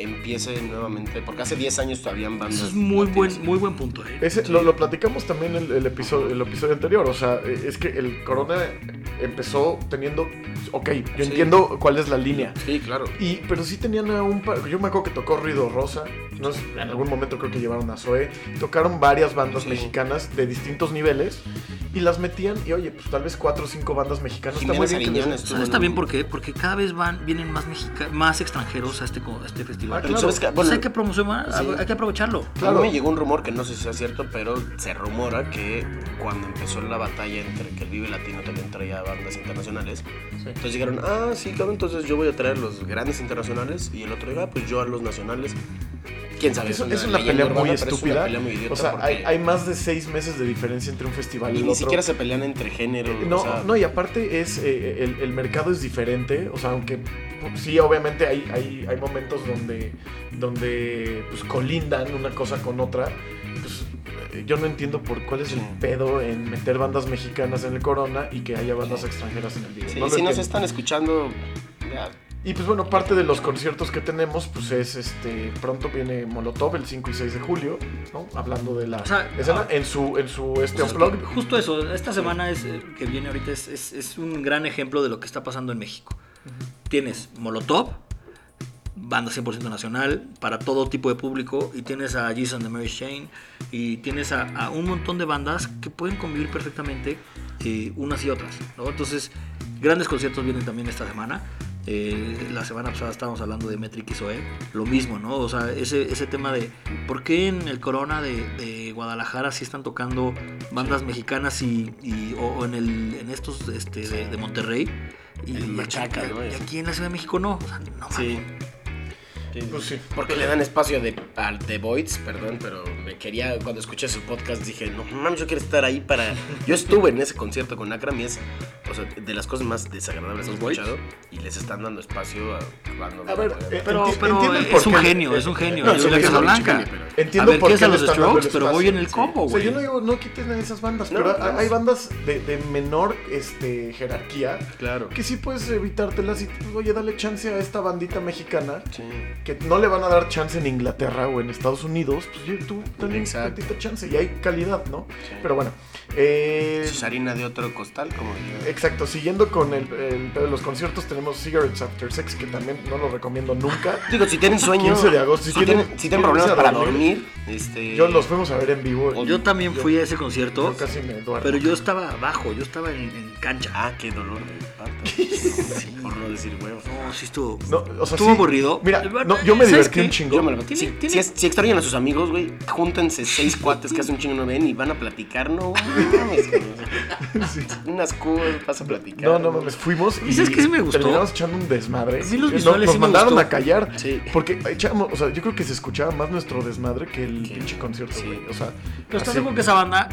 [SPEAKER 3] empiece nuevamente, porque hace 10 años todavía en bandas.
[SPEAKER 2] Eso es muy buen,
[SPEAKER 3] latinas.
[SPEAKER 2] muy buen punto, ¿eh?
[SPEAKER 1] Ese, lo, lo platicamos también el, el episodio, el episodio anterior, o sea, eh, es que el corona empezó teniendo, ok, yo
[SPEAKER 3] Sí.
[SPEAKER 1] entiendo cuál es la línea,
[SPEAKER 3] Sí, claro.
[SPEAKER 1] y, pero sí tenían a un par, yo me acuerdo que tocó Ruido Rosa, no sé, en algún momento creo que llevaron a Zoe, tocaron varias bandas
[SPEAKER 3] Sí.
[SPEAKER 1] mexicanas de distintos niveles, y las metían, y oye, pues tal vez cuatro o cinco bandas mexicanas,
[SPEAKER 3] Jimena
[SPEAKER 1] está muy bien que les-
[SPEAKER 3] Sariñana
[SPEAKER 2] O
[SPEAKER 3] estuvo
[SPEAKER 2] sea,
[SPEAKER 3] en
[SPEAKER 2] está
[SPEAKER 3] un-
[SPEAKER 2] bien porque, porque cada vez van, vienen más mexica- más extranjeros a este, co- a este festival.
[SPEAKER 1] Ah,
[SPEAKER 3] Pero
[SPEAKER 1] claro.
[SPEAKER 3] sabes que,
[SPEAKER 2] Pues
[SPEAKER 3] bueno,
[SPEAKER 2] hay que promocionar,
[SPEAKER 3] Sí.
[SPEAKER 2] hay que aprovecharlo.
[SPEAKER 1] claro.
[SPEAKER 3] a mí me llegó un rumor que no sé si sea cierto, pero se rumora que cuando empezó la batalla entre que el Vive Latino también traía bandas internacionales, entonces llegaron, ah, sí, claro, entonces yo voy a traer los grandes internacionales y el otro dijo, ah, pues yo a los nacionales. ¿Quién sabe?
[SPEAKER 1] Es, es una
[SPEAKER 3] leyenda
[SPEAKER 1] pelea
[SPEAKER 3] urbana,
[SPEAKER 1] muy
[SPEAKER 3] pero es una
[SPEAKER 1] estúpida.
[SPEAKER 3] pelea muy idiota
[SPEAKER 1] o sea,
[SPEAKER 3] porque-
[SPEAKER 1] hay, hay más de seis meses de diferencia entre un festival y,
[SPEAKER 3] Y
[SPEAKER 1] el
[SPEAKER 3] ni
[SPEAKER 1] otro. Eh,
[SPEAKER 3] siquiera se pelean entre género.
[SPEAKER 1] No,
[SPEAKER 3] o sea,
[SPEAKER 1] no, y aparte es eh, el, el mercado es diferente, o sea, aunque pu- sí, obviamente hay, hay, hay momentos donde, donde pues, colindan una cosa con otra, pues eh, yo no entiendo por cuál es el
[SPEAKER 3] Sí.
[SPEAKER 1] pedo en meter bandas mexicanas en el Corona y que haya bandas
[SPEAKER 3] Sí.
[SPEAKER 1] extranjeras en el video.
[SPEAKER 3] Sí,
[SPEAKER 1] No lo
[SPEAKER 3] si nos
[SPEAKER 1] entiendo.
[SPEAKER 3] están escuchando, ya,
[SPEAKER 1] Y pues bueno, parte de los conciertos que tenemos, pues es este, pronto viene Molotov el 5 y 6 de julio, ¿no? Hablando de la
[SPEAKER 2] O sea,
[SPEAKER 1] escena,
[SPEAKER 2] ah,
[SPEAKER 1] en su, en su este
[SPEAKER 3] Pues
[SPEAKER 2] Justo,
[SPEAKER 1] unplugged.
[SPEAKER 2] justo eso, esta semana es, eh, que viene ahorita es, es- es un gran ejemplo de lo que está pasando en México. Tienes Molotov, banda 100% nacional, para todo tipo de público, y tienes a Jason de Mary Shane, y tienes a, a un montón de bandas que pueden convivir perfectamente eh, unas y otras. ¿no? Entonces, grandes conciertos vienen también esta semana. Eh, la semana pasada estábamos hablando de Metric y Zoé, lo mismo, ¿no? O sea, ese, ese tema de por qué en el Corona de, de Guadalajara sí están tocando bandas mexicanas y, y- o, o en, el, en estos este, de, de Monterrey y,
[SPEAKER 3] En
[SPEAKER 2] y
[SPEAKER 3] Machaca,
[SPEAKER 2] aquí,
[SPEAKER 3] ¿no?
[SPEAKER 2] y aquí en la Ciudad de México no. O sea, no
[SPEAKER 3] sí.
[SPEAKER 2] mames.
[SPEAKER 1] Pues sí.
[SPEAKER 3] Porque le dan espacio de, al The Voids, perdón, pero me quería, cuando escuché su podcast dije, no mames, yo quiero estar ahí para... Yo estuve en ese concierto con Akram y es, o sea, de las cosas más desagradables que he
[SPEAKER 2] ¿Los Voids?
[SPEAKER 3] escuchado y les están dando espacio a cuando...
[SPEAKER 1] A ver, eh,
[SPEAKER 2] Pero,
[SPEAKER 1] Enti-
[SPEAKER 2] pero
[SPEAKER 1] entiendo el
[SPEAKER 2] es
[SPEAKER 1] porqué.
[SPEAKER 2] un genio, es un genio.
[SPEAKER 1] No,
[SPEAKER 2] es
[SPEAKER 1] es un
[SPEAKER 2] la
[SPEAKER 1] genio,
[SPEAKER 2] Casa
[SPEAKER 1] es un
[SPEAKER 2] Blanca.
[SPEAKER 3] genio, pero-
[SPEAKER 2] A
[SPEAKER 1] Entiendo
[SPEAKER 2] ver,
[SPEAKER 1] por
[SPEAKER 2] ¿qué
[SPEAKER 1] qué
[SPEAKER 2] es a
[SPEAKER 1] le
[SPEAKER 2] los
[SPEAKER 1] están dando
[SPEAKER 2] Strokes?
[SPEAKER 1] el
[SPEAKER 2] Pero voy
[SPEAKER 1] espacio.
[SPEAKER 2] en el combo,
[SPEAKER 1] O sea,
[SPEAKER 2] güey. pues.
[SPEAKER 1] yo no digo, no quiten a esas bandas,
[SPEAKER 3] No,
[SPEAKER 1] pero
[SPEAKER 3] claro.
[SPEAKER 1] hay bandas de, de menor este, jerarquía
[SPEAKER 3] Claro.
[SPEAKER 1] que sí puedes evitártelas y, pues, oye, dale chance a esta bandita mexicana
[SPEAKER 3] Sí.
[SPEAKER 1] que no le van a dar chance en Inglaterra o en Estados Unidos, pues oye, tú dale
[SPEAKER 3] Exacto.
[SPEAKER 1] tantita chance y hay calidad, ¿no?
[SPEAKER 3] Sí.
[SPEAKER 1] Pero bueno, eh,
[SPEAKER 3] Eso es harina de otro costal, como diría.
[SPEAKER 1] Exacto, siguiendo con el, el pedo de los conciertos, tenemos Cigarettes After Sex, que también no lo recomiendo nunca.
[SPEAKER 3] Digo, si tienen sueño,
[SPEAKER 1] 15 de agosto, si
[SPEAKER 3] si, tienen,
[SPEAKER 1] tienen-
[SPEAKER 3] si tienen
[SPEAKER 1] si
[SPEAKER 3] problemas
[SPEAKER 1] tienen
[SPEAKER 3] para
[SPEAKER 1] a dormir,
[SPEAKER 3] dormir, este...
[SPEAKER 1] Yo los fuimos a ver en vivo. y
[SPEAKER 2] Yo también fui a ese concierto,
[SPEAKER 1] yo casi me duermo.
[SPEAKER 2] pero yo estaba abajo, yo estaba en, en cancha.
[SPEAKER 3] Ah, qué dolor de parto. Por no decir huevos.
[SPEAKER 2] No, sí estuvo.
[SPEAKER 1] No, o sea,
[SPEAKER 2] estuvo
[SPEAKER 1] sí.
[SPEAKER 2] aburrido.
[SPEAKER 1] Mira,
[SPEAKER 2] Pero,
[SPEAKER 1] no, yo me
[SPEAKER 2] ¿sabes
[SPEAKER 1] divertí
[SPEAKER 2] qué?
[SPEAKER 1] un chingo.
[SPEAKER 3] Yo me lo
[SPEAKER 2] Tiene-
[SPEAKER 3] si,
[SPEAKER 2] tiene-
[SPEAKER 3] si es- si extrañan a sus amigos, güey, júntense seis cuates que hace un chingo no ven y van a platicar, no, güey, mames, güey.
[SPEAKER 1] Sí.
[SPEAKER 3] Unas cubas, vas a platicar.
[SPEAKER 1] No, no mames, fuimos y,
[SPEAKER 2] ¿Y sabes qué sí me gustó?
[SPEAKER 1] terminamos echando un desmadre.
[SPEAKER 2] A mí los
[SPEAKER 1] Nos-
[SPEAKER 2] visuales
[SPEAKER 1] nos
[SPEAKER 2] sí me
[SPEAKER 1] mandaron
[SPEAKER 2] gustó.
[SPEAKER 1] a callar.
[SPEAKER 3] Sí.
[SPEAKER 1] Porque echamos, o sea, yo creo que se escuchaba más nuestro desmadre que el
[SPEAKER 3] Sí.
[SPEAKER 1] pinche concierto,
[SPEAKER 3] Sí.
[SPEAKER 1] güey. O sea,
[SPEAKER 2] Pero estás
[SPEAKER 1] así.
[SPEAKER 2] seguro que esa banda,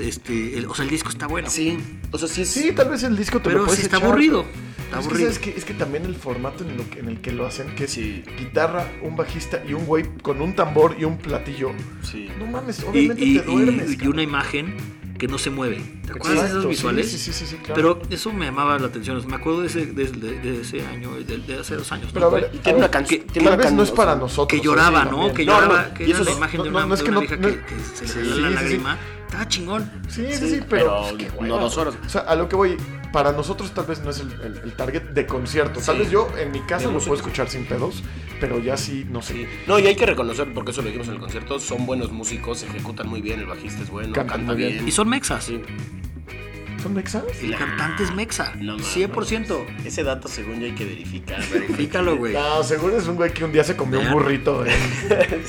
[SPEAKER 2] este, el- o sea, el disco está bueno.
[SPEAKER 3] Sí, o sea, sí es.
[SPEAKER 1] Sí, tal vez el disco te lo
[SPEAKER 2] pero
[SPEAKER 1] puedes
[SPEAKER 2] sí está
[SPEAKER 1] echar,
[SPEAKER 2] aburrido.
[SPEAKER 1] pero-
[SPEAKER 2] Está
[SPEAKER 1] es, que,
[SPEAKER 2] aburrido.
[SPEAKER 1] ¿sabes qué? es que también el formato en, lo que- en el que lo hacen, que es
[SPEAKER 3] Sí.
[SPEAKER 1] guitarra, un bajista y un güey con un tambor y un platillo.
[SPEAKER 3] Sí.
[SPEAKER 1] No mames,
[SPEAKER 2] Y,
[SPEAKER 1] obviamente
[SPEAKER 2] y-
[SPEAKER 1] te duermes.
[SPEAKER 2] y- y
[SPEAKER 1] cabrón.
[SPEAKER 2] una imagen que no se mueve. ¿Te acuerdas de
[SPEAKER 1] Exacto,
[SPEAKER 2] esos
[SPEAKER 1] sí,
[SPEAKER 2] visuales?
[SPEAKER 1] Sí, sí, sí, sí, claro.
[SPEAKER 2] Pero eso me llamaba la atención. o sea, Me acuerdo de ese, de, de- de ese año, de, de hace dos años.
[SPEAKER 1] Pero a
[SPEAKER 2] ¿no,
[SPEAKER 1] ver,
[SPEAKER 2] güey?
[SPEAKER 1] a
[SPEAKER 3] Tiene una
[SPEAKER 1] ver,
[SPEAKER 3] canción.
[SPEAKER 1] Tal vez no es para nosotros.
[SPEAKER 2] que
[SPEAKER 1] eso
[SPEAKER 2] lloraba,
[SPEAKER 1] sí,
[SPEAKER 2] ¿no?
[SPEAKER 1] también.
[SPEAKER 2] Que
[SPEAKER 3] No,
[SPEAKER 2] lloraba,
[SPEAKER 3] no,
[SPEAKER 2] que
[SPEAKER 3] y
[SPEAKER 2] era
[SPEAKER 3] eso
[SPEAKER 2] la
[SPEAKER 3] es-
[SPEAKER 2] imagen
[SPEAKER 1] no,
[SPEAKER 2] de
[SPEAKER 1] no,
[SPEAKER 2] una,
[SPEAKER 1] no es
[SPEAKER 2] de
[SPEAKER 1] que
[SPEAKER 2] una
[SPEAKER 1] no-
[SPEAKER 2] vieja
[SPEAKER 1] no-
[SPEAKER 2] que, que se le
[SPEAKER 1] sí,
[SPEAKER 2] salió la
[SPEAKER 1] sí, sí.
[SPEAKER 2] lágrima. Estaba chingón.
[SPEAKER 1] Sí, sí,
[SPEAKER 3] Sí,
[SPEAKER 1] sí, pero.
[SPEAKER 3] pero
[SPEAKER 1] qué
[SPEAKER 3] no
[SPEAKER 1] hueva.
[SPEAKER 3] dos horas.
[SPEAKER 1] O sea, a lo que voy, para nosotros tal vez no es el, el- el target de concierto. Tal
[SPEAKER 3] Sí.
[SPEAKER 1] vez yo en mi casa
[SPEAKER 3] De
[SPEAKER 1] lo
[SPEAKER 3] música.
[SPEAKER 1] puedo escuchar sin pedos, pero ya sí, no sé.
[SPEAKER 3] Sí. No, y hay que reconocer, porque eso lo dijimos en el concierto, son buenos músicos, ejecutan muy bien, el bajista es bueno,
[SPEAKER 1] Cantan
[SPEAKER 3] canta
[SPEAKER 1] muy bien.
[SPEAKER 3] bien.
[SPEAKER 2] Y son mexas.
[SPEAKER 3] Sí.
[SPEAKER 1] Son son mexas?
[SPEAKER 2] El cantante es mexa.
[SPEAKER 3] No, no,
[SPEAKER 2] 100%.
[SPEAKER 3] Ese dato, según yo, hay que verificar.
[SPEAKER 2] Verifícalo, güey.
[SPEAKER 1] No, seguro es un güey que un día se comió un
[SPEAKER 2] Vean.
[SPEAKER 1] burrito en,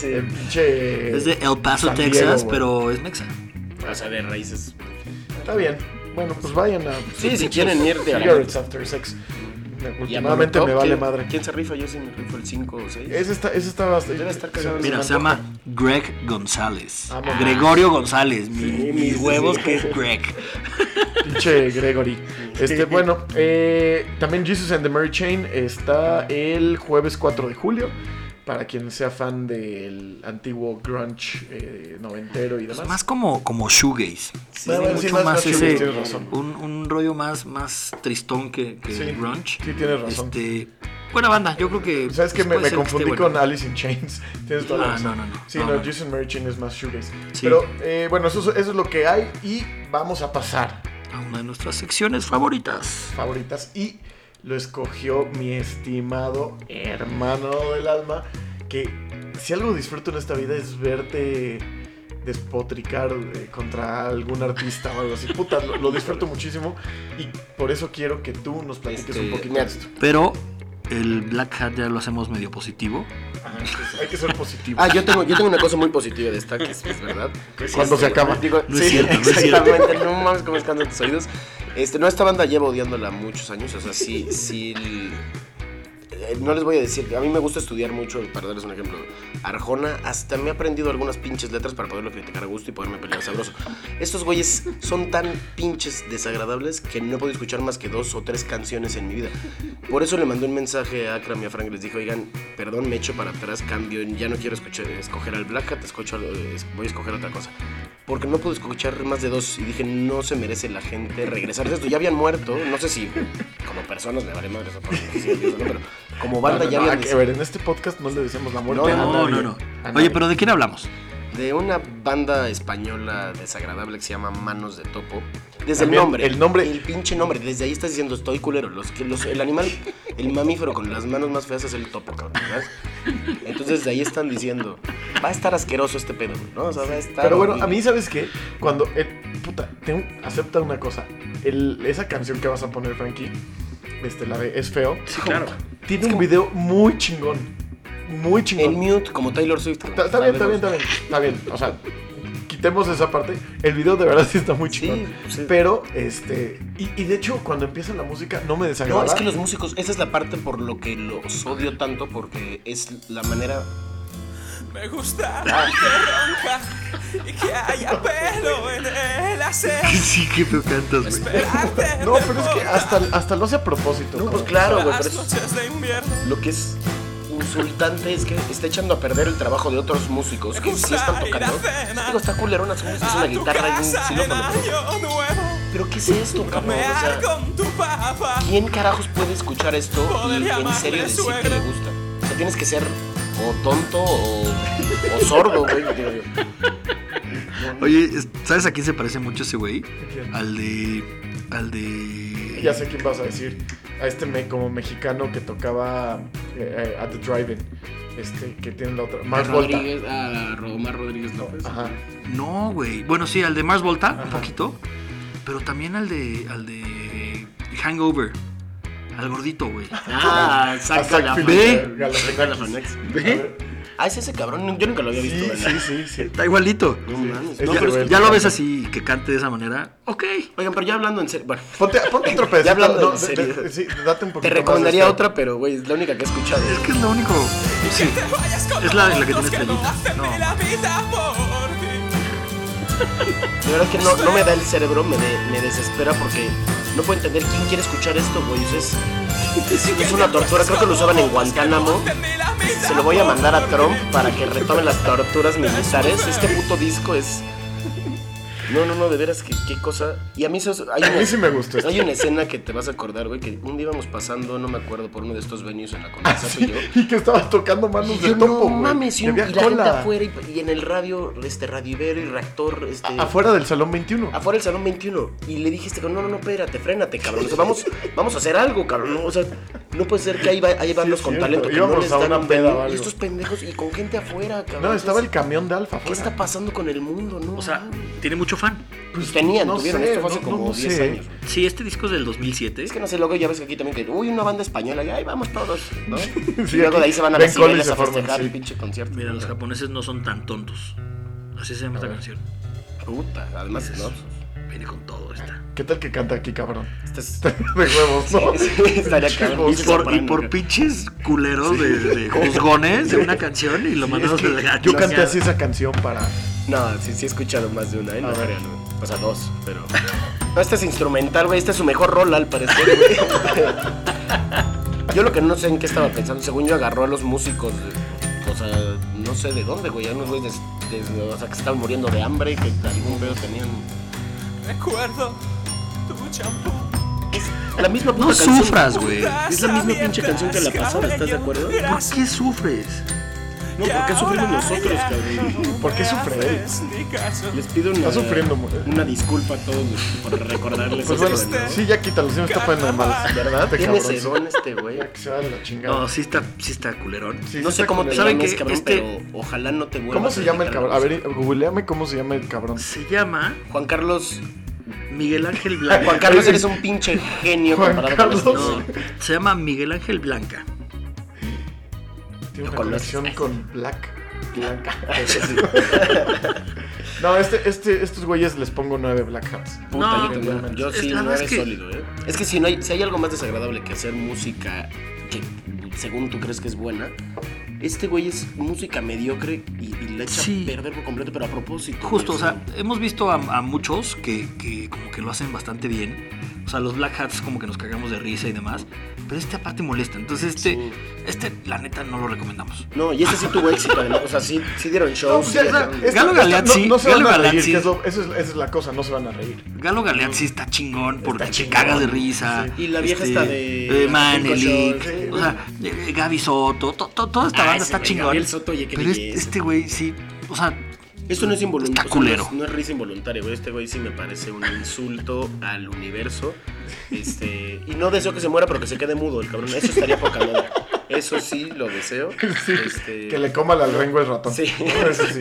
[SPEAKER 1] en pinche.
[SPEAKER 2] Es de El Paso,
[SPEAKER 1] San Diego,
[SPEAKER 2] Texas,
[SPEAKER 1] güey.
[SPEAKER 2] pero es mexa.
[SPEAKER 3] o sea, de raíces.
[SPEAKER 1] Está bien. Bueno, pues vayan a.
[SPEAKER 3] Sí, si quieren irte a.
[SPEAKER 1] Cigarettes After Sex. Últimamente me vale madre. Eh.
[SPEAKER 3] ¿Quién se rifa? Yo sí me rifo el 5 o 6.
[SPEAKER 1] Ese está, ese está bastante.
[SPEAKER 3] Debe estar cagado.
[SPEAKER 2] Mira, se llama Greg González.
[SPEAKER 1] Ah, bueno.
[SPEAKER 2] Gregorio González. mi- mis
[SPEAKER 3] sí,
[SPEAKER 2] huevos
[SPEAKER 3] sí.
[SPEAKER 2] que es Greg.
[SPEAKER 1] Pinche Gregory. Este, bueno, eh, también Jesus and the Mary Chain está el jueves 4 de julio. Para quien sea fan del antiguo grunge eh, noventero y
[SPEAKER 2] Es
[SPEAKER 1] demás.
[SPEAKER 2] Pues más como, como shoegaze.
[SPEAKER 1] Ah,
[SPEAKER 2] Tiene
[SPEAKER 1] bueno, sí,
[SPEAKER 2] mucho
[SPEAKER 1] más-
[SPEAKER 2] más,
[SPEAKER 1] más shoegaze,
[SPEAKER 2] ese.
[SPEAKER 1] tienes razón.
[SPEAKER 2] Un, un rollo más, más tristón que, que
[SPEAKER 1] Sí,
[SPEAKER 2] grunge.
[SPEAKER 1] sí, tienes razón.
[SPEAKER 2] Este, buena banda, yo creo que.
[SPEAKER 1] ¿Sabes que
[SPEAKER 2] pues,
[SPEAKER 1] me,
[SPEAKER 2] puede
[SPEAKER 1] me
[SPEAKER 2] ser
[SPEAKER 1] confundí
[SPEAKER 2] esté
[SPEAKER 1] con
[SPEAKER 2] bueno.
[SPEAKER 1] Alice in Chains? Tienes toda la
[SPEAKER 2] Ah,
[SPEAKER 1] razón.
[SPEAKER 2] no, no, no.
[SPEAKER 1] Sí,
[SPEAKER 2] No,
[SPEAKER 1] no,
[SPEAKER 2] no.
[SPEAKER 1] Jesus and Mary Chain es más shoegaze.
[SPEAKER 2] Sí.
[SPEAKER 1] Pero eh, bueno, eso, eso es lo que hay y vamos a pasar
[SPEAKER 2] A una de nuestras secciones favoritas.
[SPEAKER 1] favoritas y lo escogió mi estimado hermano del alma que si algo disfruto en esta vida es verte despotricar eh, contra algún artista o algo así. Puta, lo, lo disfruto muchísimo y por eso quiero que tú nos platiques
[SPEAKER 3] Este,
[SPEAKER 1] un poquito de esto.
[SPEAKER 2] Pero el Black Hat ya lo hacemos medio positivo.
[SPEAKER 1] Ajá, pues, hay que ser positivo.
[SPEAKER 3] Ah, yo tengo, yo tengo una cosa muy positiva de esta, que es, es verdad.
[SPEAKER 1] Cuando se acaba.
[SPEAKER 3] Digo,
[SPEAKER 2] No es
[SPEAKER 3] sí,
[SPEAKER 2] cierto, no es cierto.
[SPEAKER 3] exactamente. No mames cómo escandan tus oídos. Este, no, esta banda llevo odiándola muchos años. O sea, sí, sí. el- eh, No les voy a decir, a mí me gusta estudiar mucho, para darles un ejemplo. Arjona, hasta me he aprendido algunas pinches letras para poderlo criticar a gusto y poderme pelear sabroso. Estos güeyes son tan pinches desagradables que no puedo escuchar más que dos o tres canciones en mi vida. Por eso le mandé un mensaje a Akram y a Frank, les dije, oigan, perdón, me echo para atrás, cambio, ya no quiero escuchar, escoger al Black Hat, escucho, al- es- voy a escoger otra cosa. Porque no pude escuchar más de dos y dije, no se merece la gente regresar a esto. Ya habían muerto, no sé si como personas me vale madre, eso, por lo que sea, Dios, ¿no? pero como
[SPEAKER 1] No, no,
[SPEAKER 3] banda ya
[SPEAKER 1] no,
[SPEAKER 3] habían
[SPEAKER 1] a que-
[SPEAKER 3] des-
[SPEAKER 1] a ver, en este podcast no le decimos la muerte a
[SPEAKER 3] No,
[SPEAKER 2] No,
[SPEAKER 1] nadie.
[SPEAKER 2] no, no.
[SPEAKER 1] A nadie.
[SPEAKER 2] Oye, pero ¿de quién hablamos?
[SPEAKER 3] de una banda española desagradable que se llama Manos de Topo. Desde
[SPEAKER 1] También,
[SPEAKER 3] el nombre.
[SPEAKER 1] el nombre.
[SPEAKER 3] El pinche nombre. Desde ahí estás diciendo, estoy culero. Los, que los, el animal, el mamífero con las manos más feas es el topo, cabrón. ¿verdad? Entonces desde ahí están diciendo, va a estar asqueroso este pedo, ¿no? O sea, va a estar.
[SPEAKER 1] Pero bueno,
[SPEAKER 3] horrible".
[SPEAKER 1] a mí, ¿sabes qué? Cuando. eh, puta, tengo, acepta una cosa. El- esa canción que vas a poner, Frankie, este, la de Es Feo,
[SPEAKER 4] Sí, claro.
[SPEAKER 1] tiene un video muy chingón. Muy
[SPEAKER 3] El
[SPEAKER 1] chingón.
[SPEAKER 3] mute, como Taylor Swift.
[SPEAKER 1] Está, está bien, está bien, está bien. Está bien. O sea, quitemos esa parte. El video de verdad sí está muy chingón.
[SPEAKER 3] Sí, sí.
[SPEAKER 1] Pero, este. Y, y de hecho, cuando empieza la música, no me desagrada.
[SPEAKER 3] No, es que los músicos, esa es la parte por lo que los odio tanto, porque es la manera.
[SPEAKER 6] Me gusta que rompa y que haya pelo en el acero.
[SPEAKER 2] Sí, que tú cantas,
[SPEAKER 6] Esperarte
[SPEAKER 1] No, pero es que hasta, hasta lo hace a propósito.
[SPEAKER 3] No,
[SPEAKER 1] cabrón.
[SPEAKER 3] pues claro, güey, pero
[SPEAKER 6] las
[SPEAKER 3] es-
[SPEAKER 6] noches de invierno.
[SPEAKER 3] Lo que es insultante es que está echando a perder el trabajo de otros músicos que sí están tocando. Esto está culerón, hace música, es una
[SPEAKER 6] A tu
[SPEAKER 3] guitarra y un
[SPEAKER 6] casa en
[SPEAKER 3] xilófono.
[SPEAKER 6] año nuevo.
[SPEAKER 3] Pero ¿qué es esto, cabrón? O
[SPEAKER 6] Mear
[SPEAKER 3] sea,
[SPEAKER 6] con tu papá.
[SPEAKER 3] ¿quién carajos puede escuchar esto y en serio decir que le gusta? O sea, tienes que ser o tonto o, o sordo, güey. digo yo.
[SPEAKER 2] Oye, es- ¿sabes a quién se parece mucho ese güey?
[SPEAKER 1] quién?
[SPEAKER 2] Al de. Al de.
[SPEAKER 1] Ya sé quién vas a decir. A este me, como mexicano que tocaba eh, eh, at the Drive-In. Este, que tiene la otra. Mark Volta.
[SPEAKER 3] Rodríguez, a Romar Rodríguez López.
[SPEAKER 1] Ajá.
[SPEAKER 2] No, güey. Bueno, sí, al de Mars Volta, un poquito. Pero también al de. al de. Hangover. Al gordito, güey.
[SPEAKER 3] Ah,
[SPEAKER 1] A
[SPEAKER 3] saca
[SPEAKER 1] Zac
[SPEAKER 3] la
[SPEAKER 1] Phillips,
[SPEAKER 2] Ve.
[SPEAKER 1] eh, Galifianakis.
[SPEAKER 3] Galafanex. Ah, es ese cabrón, yo nunca lo había visto.
[SPEAKER 1] Sí,
[SPEAKER 3] ¿verdad?
[SPEAKER 1] sí, sí, sí.
[SPEAKER 2] Está igualito.
[SPEAKER 3] No mames.
[SPEAKER 1] Es
[SPEAKER 3] No,
[SPEAKER 1] de
[SPEAKER 3] pero-
[SPEAKER 1] güey.
[SPEAKER 2] Ya lo ves así, que cante de esa manera. Ok.
[SPEAKER 3] Oigan, pero ya hablando en serio, bueno,
[SPEAKER 1] Ponte, ponte otro pedacito.
[SPEAKER 3] Ya hablando
[SPEAKER 1] no,
[SPEAKER 3] en
[SPEAKER 1] de-
[SPEAKER 3] serio.
[SPEAKER 1] de- sí, date un poquito más este.
[SPEAKER 3] te
[SPEAKER 1] de
[SPEAKER 3] recomendaría
[SPEAKER 1] esto.
[SPEAKER 3] otra, pero güey, es la única que he escuchado.
[SPEAKER 2] Es que es lo único. Sí.
[SPEAKER 6] Te vayas con
[SPEAKER 2] Es la- la que
[SPEAKER 6] otros
[SPEAKER 3] este
[SPEAKER 2] tiene
[SPEAKER 6] no
[SPEAKER 2] estrellita.
[SPEAKER 6] hacen
[SPEAKER 2] No.
[SPEAKER 6] la vida por ti.
[SPEAKER 3] La verdad es que no, no me da el cerebro, me, de- me desespera porque no puedo entender quién quiere escuchar esto, güey. o sea, Es, es una tortura, creo que lo usaban en Guantánamo. Se lo voy a mandar a Trump para que retome las torturas militares. Este puto disco es. No, no, no, de veras, qué, qué cosa. Y a mí, eso, hay
[SPEAKER 1] A mí sí me gustó este. esto.
[SPEAKER 3] Hay una escena que te vas a acordar, güey, que un día íbamos pasando, no me acuerdo, por uno de estos venues en la Condesa,
[SPEAKER 1] Ah, Sí,
[SPEAKER 3] y yo.
[SPEAKER 1] y que estaba tocando manos
[SPEAKER 3] Y
[SPEAKER 1] de
[SPEAKER 3] yo,
[SPEAKER 1] topo,
[SPEAKER 3] no
[SPEAKER 1] güey.
[SPEAKER 3] mames, y,
[SPEAKER 1] Y
[SPEAKER 3] un-
[SPEAKER 1] había
[SPEAKER 3] y la gente
[SPEAKER 1] cola.
[SPEAKER 3] afuera y, y en el radio, este, radio Ibero y reactor, este
[SPEAKER 1] A- Afuera del salón 21.
[SPEAKER 3] afuera del salón 21 y le dijiste, no, no, no, espérate, frénate, cabrón. O sea, vamos, vamos a hacer algo, cabrón. No, O sea, no puede ser que ahí, va, ahí van
[SPEAKER 1] Sí,
[SPEAKER 3] los
[SPEAKER 1] es
[SPEAKER 3] con
[SPEAKER 1] cierto.
[SPEAKER 3] talento. Que no
[SPEAKER 1] Íbamos
[SPEAKER 3] les
[SPEAKER 1] a
[SPEAKER 3] dan
[SPEAKER 1] una
[SPEAKER 3] un
[SPEAKER 1] peda o
[SPEAKER 3] menú.
[SPEAKER 1] algo.
[SPEAKER 3] Y estos pendejos y con gente afuera, cabrón.
[SPEAKER 1] No, estaba el
[SPEAKER 3] Entonces,
[SPEAKER 1] camión de Alfa
[SPEAKER 3] ¿Qué
[SPEAKER 1] afuera.
[SPEAKER 3] está pasando con el mundo, no?
[SPEAKER 2] O sea,
[SPEAKER 3] mames.
[SPEAKER 2] tiene mucho mucho fan.
[SPEAKER 3] Pues tenían,
[SPEAKER 1] no
[SPEAKER 3] tuvieron,
[SPEAKER 1] sé,
[SPEAKER 3] esto fue hace
[SPEAKER 1] no- no-
[SPEAKER 3] como
[SPEAKER 1] no
[SPEAKER 3] 10
[SPEAKER 1] sé.
[SPEAKER 3] años. güey.
[SPEAKER 2] Sí, este disco es del 2007.
[SPEAKER 3] Es que no sé, luego ya ves que aquí también que, uy, una banda española, y ahí vamos todos, ¿no?
[SPEAKER 1] Sí,
[SPEAKER 3] y luego de ahí se van a
[SPEAKER 1] Ben Collins
[SPEAKER 3] las Cibeles
[SPEAKER 1] se
[SPEAKER 3] a
[SPEAKER 1] forman,
[SPEAKER 3] festejar el
[SPEAKER 1] sí.
[SPEAKER 3] pinche concierto.
[SPEAKER 2] Mira, los japoneses no son tan tontos. Así se llama esta canción.
[SPEAKER 3] Puta, además, ¿no?
[SPEAKER 2] Viene con todo esta.
[SPEAKER 1] ¿Qué tal que canta aquí, cabrón?
[SPEAKER 3] Este es-
[SPEAKER 1] De huevos, ¿no?
[SPEAKER 3] sí, estaría cabrón.
[SPEAKER 2] Y por, y por pinches culeros de, de juzgones de una canción y lo mandamos
[SPEAKER 1] Es que
[SPEAKER 2] a la
[SPEAKER 1] yo
[SPEAKER 2] chingada.
[SPEAKER 1] canté así esa canción para.
[SPEAKER 3] No, sí, sí he escuchado más de una, ¿eh? No,
[SPEAKER 1] A ver.
[SPEAKER 3] crean, güey. O sea, dos, pero... No, esta es instrumental, güey. Esta es su mejor rol, al parecer, güey. Yo lo que no sé en qué estaba pensando, según yo agarró a los músicos, de- o sea, no sé de dónde, güey. A unos güeyes, de- de- o sea, que estaban muriendo de hambre y que algún pedo tenían...
[SPEAKER 6] Recuerdo tu champú.
[SPEAKER 3] La misma puta
[SPEAKER 2] No
[SPEAKER 3] canción.
[SPEAKER 2] sufras, güey.
[SPEAKER 3] Es la misma pinche canción que la pasada, ¿estás de acuerdo?
[SPEAKER 2] ¿Por qué sufres?
[SPEAKER 3] No, porque sufrimos nosotros, cabrón.
[SPEAKER 1] ¿Por qué sufre él?
[SPEAKER 3] Les pido una,
[SPEAKER 1] Está sufriendo, güey.
[SPEAKER 3] una disculpa a todos por recordarles
[SPEAKER 1] Pues
[SPEAKER 3] esto
[SPEAKER 1] bueno,
[SPEAKER 3] de nuevo.
[SPEAKER 1] sí, ya quítalo, sí me está poniendo de malas.
[SPEAKER 3] ¿Verdad?
[SPEAKER 1] Te
[SPEAKER 3] Tiene
[SPEAKER 1] cabrón.
[SPEAKER 3] sedón este güey.
[SPEAKER 1] Que se vaya a la chingada.
[SPEAKER 2] No, sí está, sí está culerón.
[SPEAKER 1] Sí,
[SPEAKER 3] No
[SPEAKER 1] sí
[SPEAKER 3] sé
[SPEAKER 1] está
[SPEAKER 3] cómo te
[SPEAKER 1] culero.
[SPEAKER 2] ¿Saben
[SPEAKER 3] llames,
[SPEAKER 2] qué?
[SPEAKER 3] cabrón,
[SPEAKER 2] Este-
[SPEAKER 3] pero ojalá no te vuelvas
[SPEAKER 1] ¿Cómo se
[SPEAKER 3] a
[SPEAKER 1] llama el
[SPEAKER 3] dedicar
[SPEAKER 1] cabrón? A ver, googleame cómo se llama el cabrón.
[SPEAKER 2] Se llama
[SPEAKER 3] Juan Carlos...
[SPEAKER 2] Miguel Ángel
[SPEAKER 3] Juan
[SPEAKER 2] Blanca.
[SPEAKER 3] Carlos, eres un pinche genio
[SPEAKER 1] Juan
[SPEAKER 3] comparado con
[SPEAKER 1] Carlos.
[SPEAKER 3] los...
[SPEAKER 2] No, se llama Miguel Ángel Blanca.
[SPEAKER 1] Tiene
[SPEAKER 3] Lo
[SPEAKER 1] una
[SPEAKER 3] conoces.
[SPEAKER 1] conexión con Black. Blanca. no, este, este, estos güeyes les pongo nueve Black Hats.
[SPEAKER 3] Puta,
[SPEAKER 2] No,
[SPEAKER 3] yo también. Yo
[SPEAKER 2] es-
[SPEAKER 3] sí,
[SPEAKER 2] la
[SPEAKER 3] no
[SPEAKER 2] verdad es
[SPEAKER 3] eres
[SPEAKER 2] que-
[SPEAKER 3] sólido, ¿eh? Es que si, no hay, si hay algo más desagradable que hacer música que según tú crees que es buena, este güey es música mediocre y, y la echa
[SPEAKER 2] Sí.
[SPEAKER 3] a perder por completo, pero a propósito. güey,
[SPEAKER 2] Justo, o sea, hemos visto a, a muchos que, que como que lo hacen bastante bien. O sea, los Black Hats como que nos cagamos de risa y demás. Pero este aparte molesta. Entonces este,
[SPEAKER 3] Sí.
[SPEAKER 2] este la neta no lo recomendamos.
[SPEAKER 3] No, y este sí tuvo éxito, además. O sea, sí, sí dieron shows.
[SPEAKER 2] pues,
[SPEAKER 3] sí dieron-
[SPEAKER 2] esa- Galo Galeazzi,
[SPEAKER 1] No, no se
[SPEAKER 2] Galo
[SPEAKER 1] van a reír,
[SPEAKER 2] Galeazzi.
[SPEAKER 1] que es lo- eso es, esa es la cosa, no se van a reír.
[SPEAKER 2] Galo Galeazzi está chingón porque
[SPEAKER 1] chingón,
[SPEAKER 2] te cagas de risa.
[SPEAKER 1] sí.
[SPEAKER 3] Y la vieja
[SPEAKER 2] está
[SPEAKER 3] esta de-
[SPEAKER 2] Manelik.
[SPEAKER 3] Cinco Shows,
[SPEAKER 2] O sea, eh, Gaby Soto. to- to- toda esta
[SPEAKER 3] Ah,
[SPEAKER 2] banda
[SPEAKER 3] ese
[SPEAKER 2] está
[SPEAKER 3] güey,
[SPEAKER 2] chingón.
[SPEAKER 3] Gabriel Soto, oye, qué
[SPEAKER 2] pero es-
[SPEAKER 3] belleza.
[SPEAKER 2] este güey sí. O sea,
[SPEAKER 3] Esto no es
[SPEAKER 2] Está
[SPEAKER 3] involuntario.
[SPEAKER 2] culero.
[SPEAKER 3] no, es, no es risa involuntaria, güey. Este güey sí me parece un insulto al universo. Este, y no deseo que se muera, pero que se quede mudo el cabrón. Eso estaría poca madre. Eso sí lo deseo. Este,
[SPEAKER 1] Que le coma al rengo el ratón.
[SPEAKER 3] Sí.
[SPEAKER 1] Eso sí.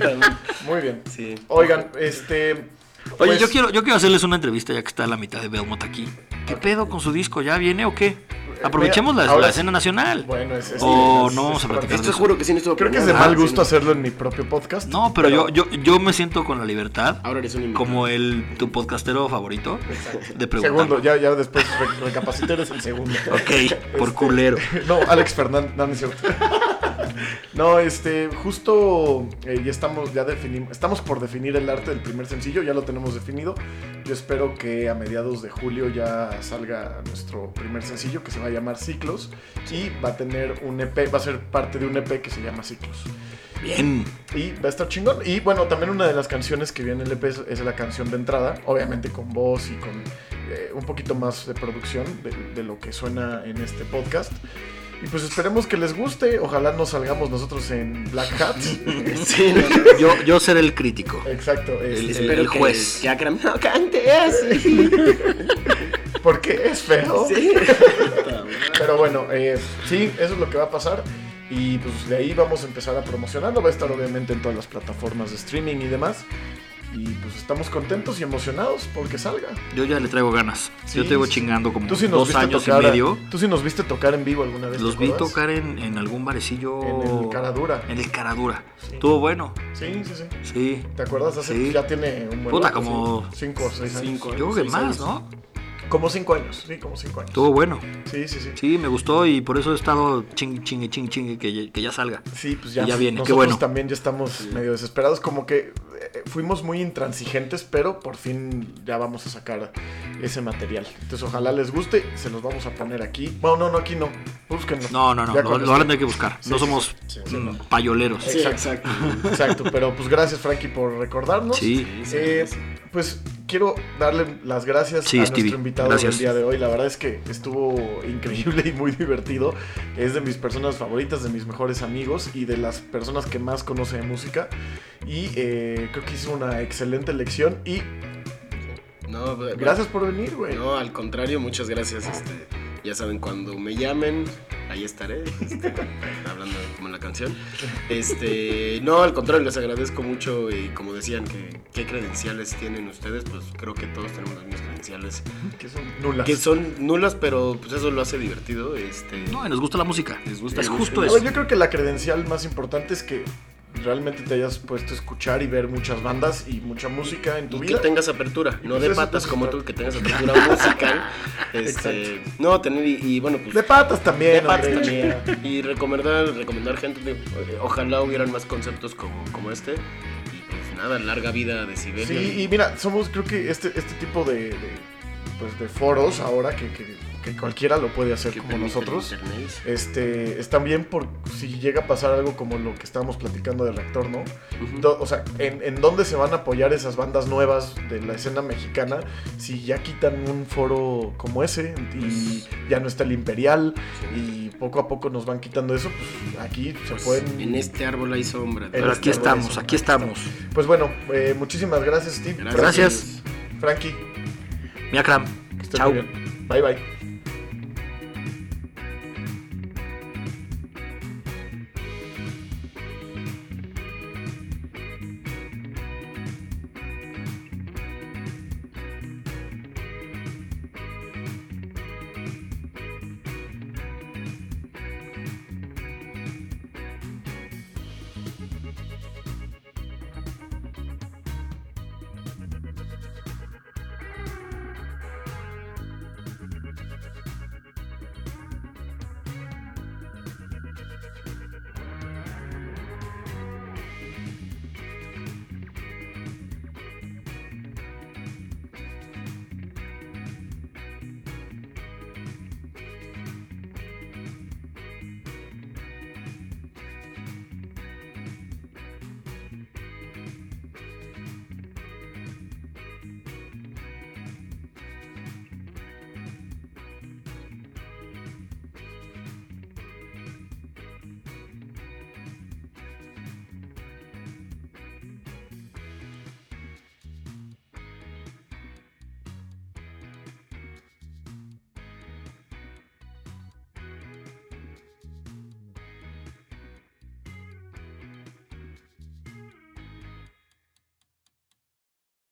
[SPEAKER 1] Muy bien.
[SPEAKER 3] Sí.
[SPEAKER 1] Oigan, este.
[SPEAKER 2] oye,
[SPEAKER 1] pues,
[SPEAKER 2] yo, quiero, yo quiero hacerles una entrevista ya que está la mitad de Belmont aquí. ¿Qué pedo con su disco? ¿Ya viene o
[SPEAKER 3] Eh,
[SPEAKER 2] qué? Aprovechemos la,
[SPEAKER 1] mira, ahora
[SPEAKER 2] la
[SPEAKER 1] sí.
[SPEAKER 2] escena nacional.
[SPEAKER 1] Bueno, es- es-
[SPEAKER 2] o
[SPEAKER 1] es-
[SPEAKER 2] no
[SPEAKER 1] es-
[SPEAKER 2] vamos a platicar de
[SPEAKER 3] Esto
[SPEAKER 2] eso.
[SPEAKER 3] juro que sí no estuvo
[SPEAKER 1] Creo que es de
[SPEAKER 3] planeado.
[SPEAKER 1] mal
[SPEAKER 3] Ah, sí,
[SPEAKER 1] gusto
[SPEAKER 3] no.
[SPEAKER 1] hacerlo en mi propio podcast.
[SPEAKER 2] No, pero, yo, yo, yo me siento con la libertad,
[SPEAKER 1] Ah,
[SPEAKER 3] Ahora eres un invitado.
[SPEAKER 2] como el tu podcastero favorito, de preguntar.
[SPEAKER 1] Segundo, ya, ya después re- recapacité, eres el segundo.
[SPEAKER 2] Ok,
[SPEAKER 1] este,
[SPEAKER 2] por culero.
[SPEAKER 1] No, Alex Fernández, no, no es cierto. No, este, justo eh, ya estamos, ya definimos, estamos por definir el arte del primer sencillo, ya lo tenemos definido. Yo espero que a mediados de julio ya salga nuestro primer sencillo que se va a llamar Ciclos y va a tener un EP, va a ser parte de un EP que se llama Ciclos.
[SPEAKER 2] Bien.
[SPEAKER 1] Y va a estar chingón. Y bueno, también una de las canciones que viene en el EP es, es la canción de entrada, obviamente con voz y con eh, un poquito más de producción de, de lo que suena en este podcast. Y pues esperemos que les guste. Ojalá nos salgamos nosotros en Black Hat.
[SPEAKER 3] Sí, no, no.
[SPEAKER 2] Yo, yo seré el crítico.
[SPEAKER 1] Exacto.
[SPEAKER 2] El-
[SPEAKER 1] este,
[SPEAKER 3] Espero
[SPEAKER 2] el juez.
[SPEAKER 3] que ya Akram no cante eh, así.
[SPEAKER 1] porque es feo.
[SPEAKER 3] Sí.
[SPEAKER 1] Pero bueno, eh, sí, eso es lo que va a pasar. Y pues de ahí vamos a empezar a promocionarlo. Va a estar obviamente en todas las plataformas de streaming y demás. Y pues estamos contentos y emocionados porque salga.
[SPEAKER 2] Yo ya le traigo ganas.
[SPEAKER 1] Sí,
[SPEAKER 2] yo te llevo
[SPEAKER 1] sí.
[SPEAKER 2] chingando como
[SPEAKER 1] Tú sí nos
[SPEAKER 2] dos
[SPEAKER 1] viste
[SPEAKER 2] años
[SPEAKER 1] tocar.
[SPEAKER 2] y medio.
[SPEAKER 1] Tú sí nos viste tocar en vivo alguna vez.
[SPEAKER 2] Los
[SPEAKER 1] ¿te
[SPEAKER 2] vi
[SPEAKER 1] acuerdas?
[SPEAKER 2] tocar en, en algún barecillo.
[SPEAKER 1] En el Caradura.
[SPEAKER 2] En el Caradura.
[SPEAKER 1] Sí.
[SPEAKER 2] Estuvo bueno.
[SPEAKER 1] Sí, sí, sí.
[SPEAKER 2] Sí.
[SPEAKER 1] ¿Te acuerdas? Hace,
[SPEAKER 2] Sí.
[SPEAKER 1] Ya tiene un buen
[SPEAKER 2] Puta,
[SPEAKER 1] rato,
[SPEAKER 2] como-
[SPEAKER 1] sí. Cinco o seis años.
[SPEAKER 3] Cinco.
[SPEAKER 2] Yo creo que
[SPEAKER 3] Seis
[SPEAKER 2] más,
[SPEAKER 3] años.
[SPEAKER 2] ¿no?
[SPEAKER 1] Como cinco años. Sí, como cinco años.
[SPEAKER 2] Estuvo bueno.
[SPEAKER 1] Sí, sí, sí.
[SPEAKER 2] Sí, me gustó y por eso he estado chingue, chingue, chingue, chingue, que, ya- que ya salga.
[SPEAKER 1] Sí, pues ya,
[SPEAKER 2] Y ya viene, qué
[SPEAKER 1] nosotros
[SPEAKER 2] bueno.
[SPEAKER 1] también ya estamos medio desesperados, como que eh, fuimos muy intransigentes, pero por fin ya vamos a sacar ese material. Entonces ojalá les guste, se los vamos a poner aquí. Bueno, no, no, aquí no, búsquenlo.
[SPEAKER 2] No, no, no.
[SPEAKER 1] Ya
[SPEAKER 2] Lo,
[SPEAKER 1] con
[SPEAKER 2] lo
[SPEAKER 1] esto.
[SPEAKER 2] van a tener que buscar.
[SPEAKER 1] Sí,
[SPEAKER 2] no
[SPEAKER 1] sí,
[SPEAKER 2] somos
[SPEAKER 1] sí, Eh,
[SPEAKER 2] mm, payoleros.
[SPEAKER 3] Sí, exacto.
[SPEAKER 1] Exacto, pero pues gracias Frankie por recordarnos.
[SPEAKER 2] Sí.
[SPEAKER 1] Eh, pues quiero darle las gracias
[SPEAKER 2] Sí,
[SPEAKER 1] a
[SPEAKER 2] Stevie,
[SPEAKER 1] nuestro invitado
[SPEAKER 2] gracias.
[SPEAKER 1] del día de hoy. La verdad es que estuvo increíble y muy divertido. Es de mis personas favoritas, de mis mejores amigos y de las personas que más conoce de música. Y eh, creo que hizo una excelente elección. Y
[SPEAKER 3] No,
[SPEAKER 1] gracias por venir, güey.
[SPEAKER 3] No, al contrario, muchas gracias. Este, ya saben, cuando me llamen, ahí estaré, este, hablando como en la canción. Este, no, al contrario, les agradezco mucho y como decían, que, qué credenciales tienen ustedes, pues creo que todos tenemos las mismas credenciales,
[SPEAKER 1] Que son nulas.
[SPEAKER 3] que son nulas, pero pues eso lo hace divertido. Este,
[SPEAKER 2] No, y nos gusta la música.
[SPEAKER 3] Les gusta
[SPEAKER 2] es
[SPEAKER 3] la
[SPEAKER 2] justo
[SPEAKER 3] música.
[SPEAKER 1] No,
[SPEAKER 2] eso.
[SPEAKER 1] yo creo que la credencial más importante es que realmente te hayas puesto a escuchar y ver muchas bandas y mucha música en tu
[SPEAKER 3] y
[SPEAKER 1] vida.
[SPEAKER 3] que tengas apertura,
[SPEAKER 1] Y
[SPEAKER 3] no
[SPEAKER 1] pues
[SPEAKER 3] de
[SPEAKER 1] eso
[SPEAKER 3] patas
[SPEAKER 1] te
[SPEAKER 3] como
[SPEAKER 1] gusta.
[SPEAKER 3] tú, que tengas apertura musical. Este,
[SPEAKER 1] Exacto.
[SPEAKER 3] no, tener, y, y bueno, pues
[SPEAKER 1] De patas también,
[SPEAKER 3] De patas
[SPEAKER 1] hombre.
[SPEAKER 3] también. Y recomendar, recomendar gente, digo, eh, ojalá hubieran más conceptos como, como este. Y pues nada, larga vida de Siberia.
[SPEAKER 1] Sí, y mira, somos creo que este, este tipo de, de, pues, de foros ahora que, que- que cualquiera lo puede hacer
[SPEAKER 3] que
[SPEAKER 1] como
[SPEAKER 3] permite
[SPEAKER 1] nosotros.
[SPEAKER 3] el internet.
[SPEAKER 1] Este, están bien por si llega a pasar algo como lo que estábamos platicando de Reactor, ¿no? eh, Do- o sea, en, en dónde se van a apoyar esas bandas nuevas de la escena mexicana si ya quitan un foro como ese y
[SPEAKER 3] Pues,
[SPEAKER 1] ya no está el Imperial y poco a poco nos van quitando eso? Pues aquí se pueden...
[SPEAKER 3] En este árbol hay sombra.
[SPEAKER 1] En
[SPEAKER 2] Pero
[SPEAKER 1] este
[SPEAKER 2] aquí
[SPEAKER 1] árbol
[SPEAKER 2] estamos,
[SPEAKER 1] es-
[SPEAKER 2] aquí estamos.
[SPEAKER 1] Pues bueno, eh, muchísimas gracias Steve.
[SPEAKER 2] Gracias.
[SPEAKER 1] Frankie,
[SPEAKER 2] Mia Cram.
[SPEAKER 1] que estés
[SPEAKER 2] Chao.
[SPEAKER 1] muy bien. Bye bye.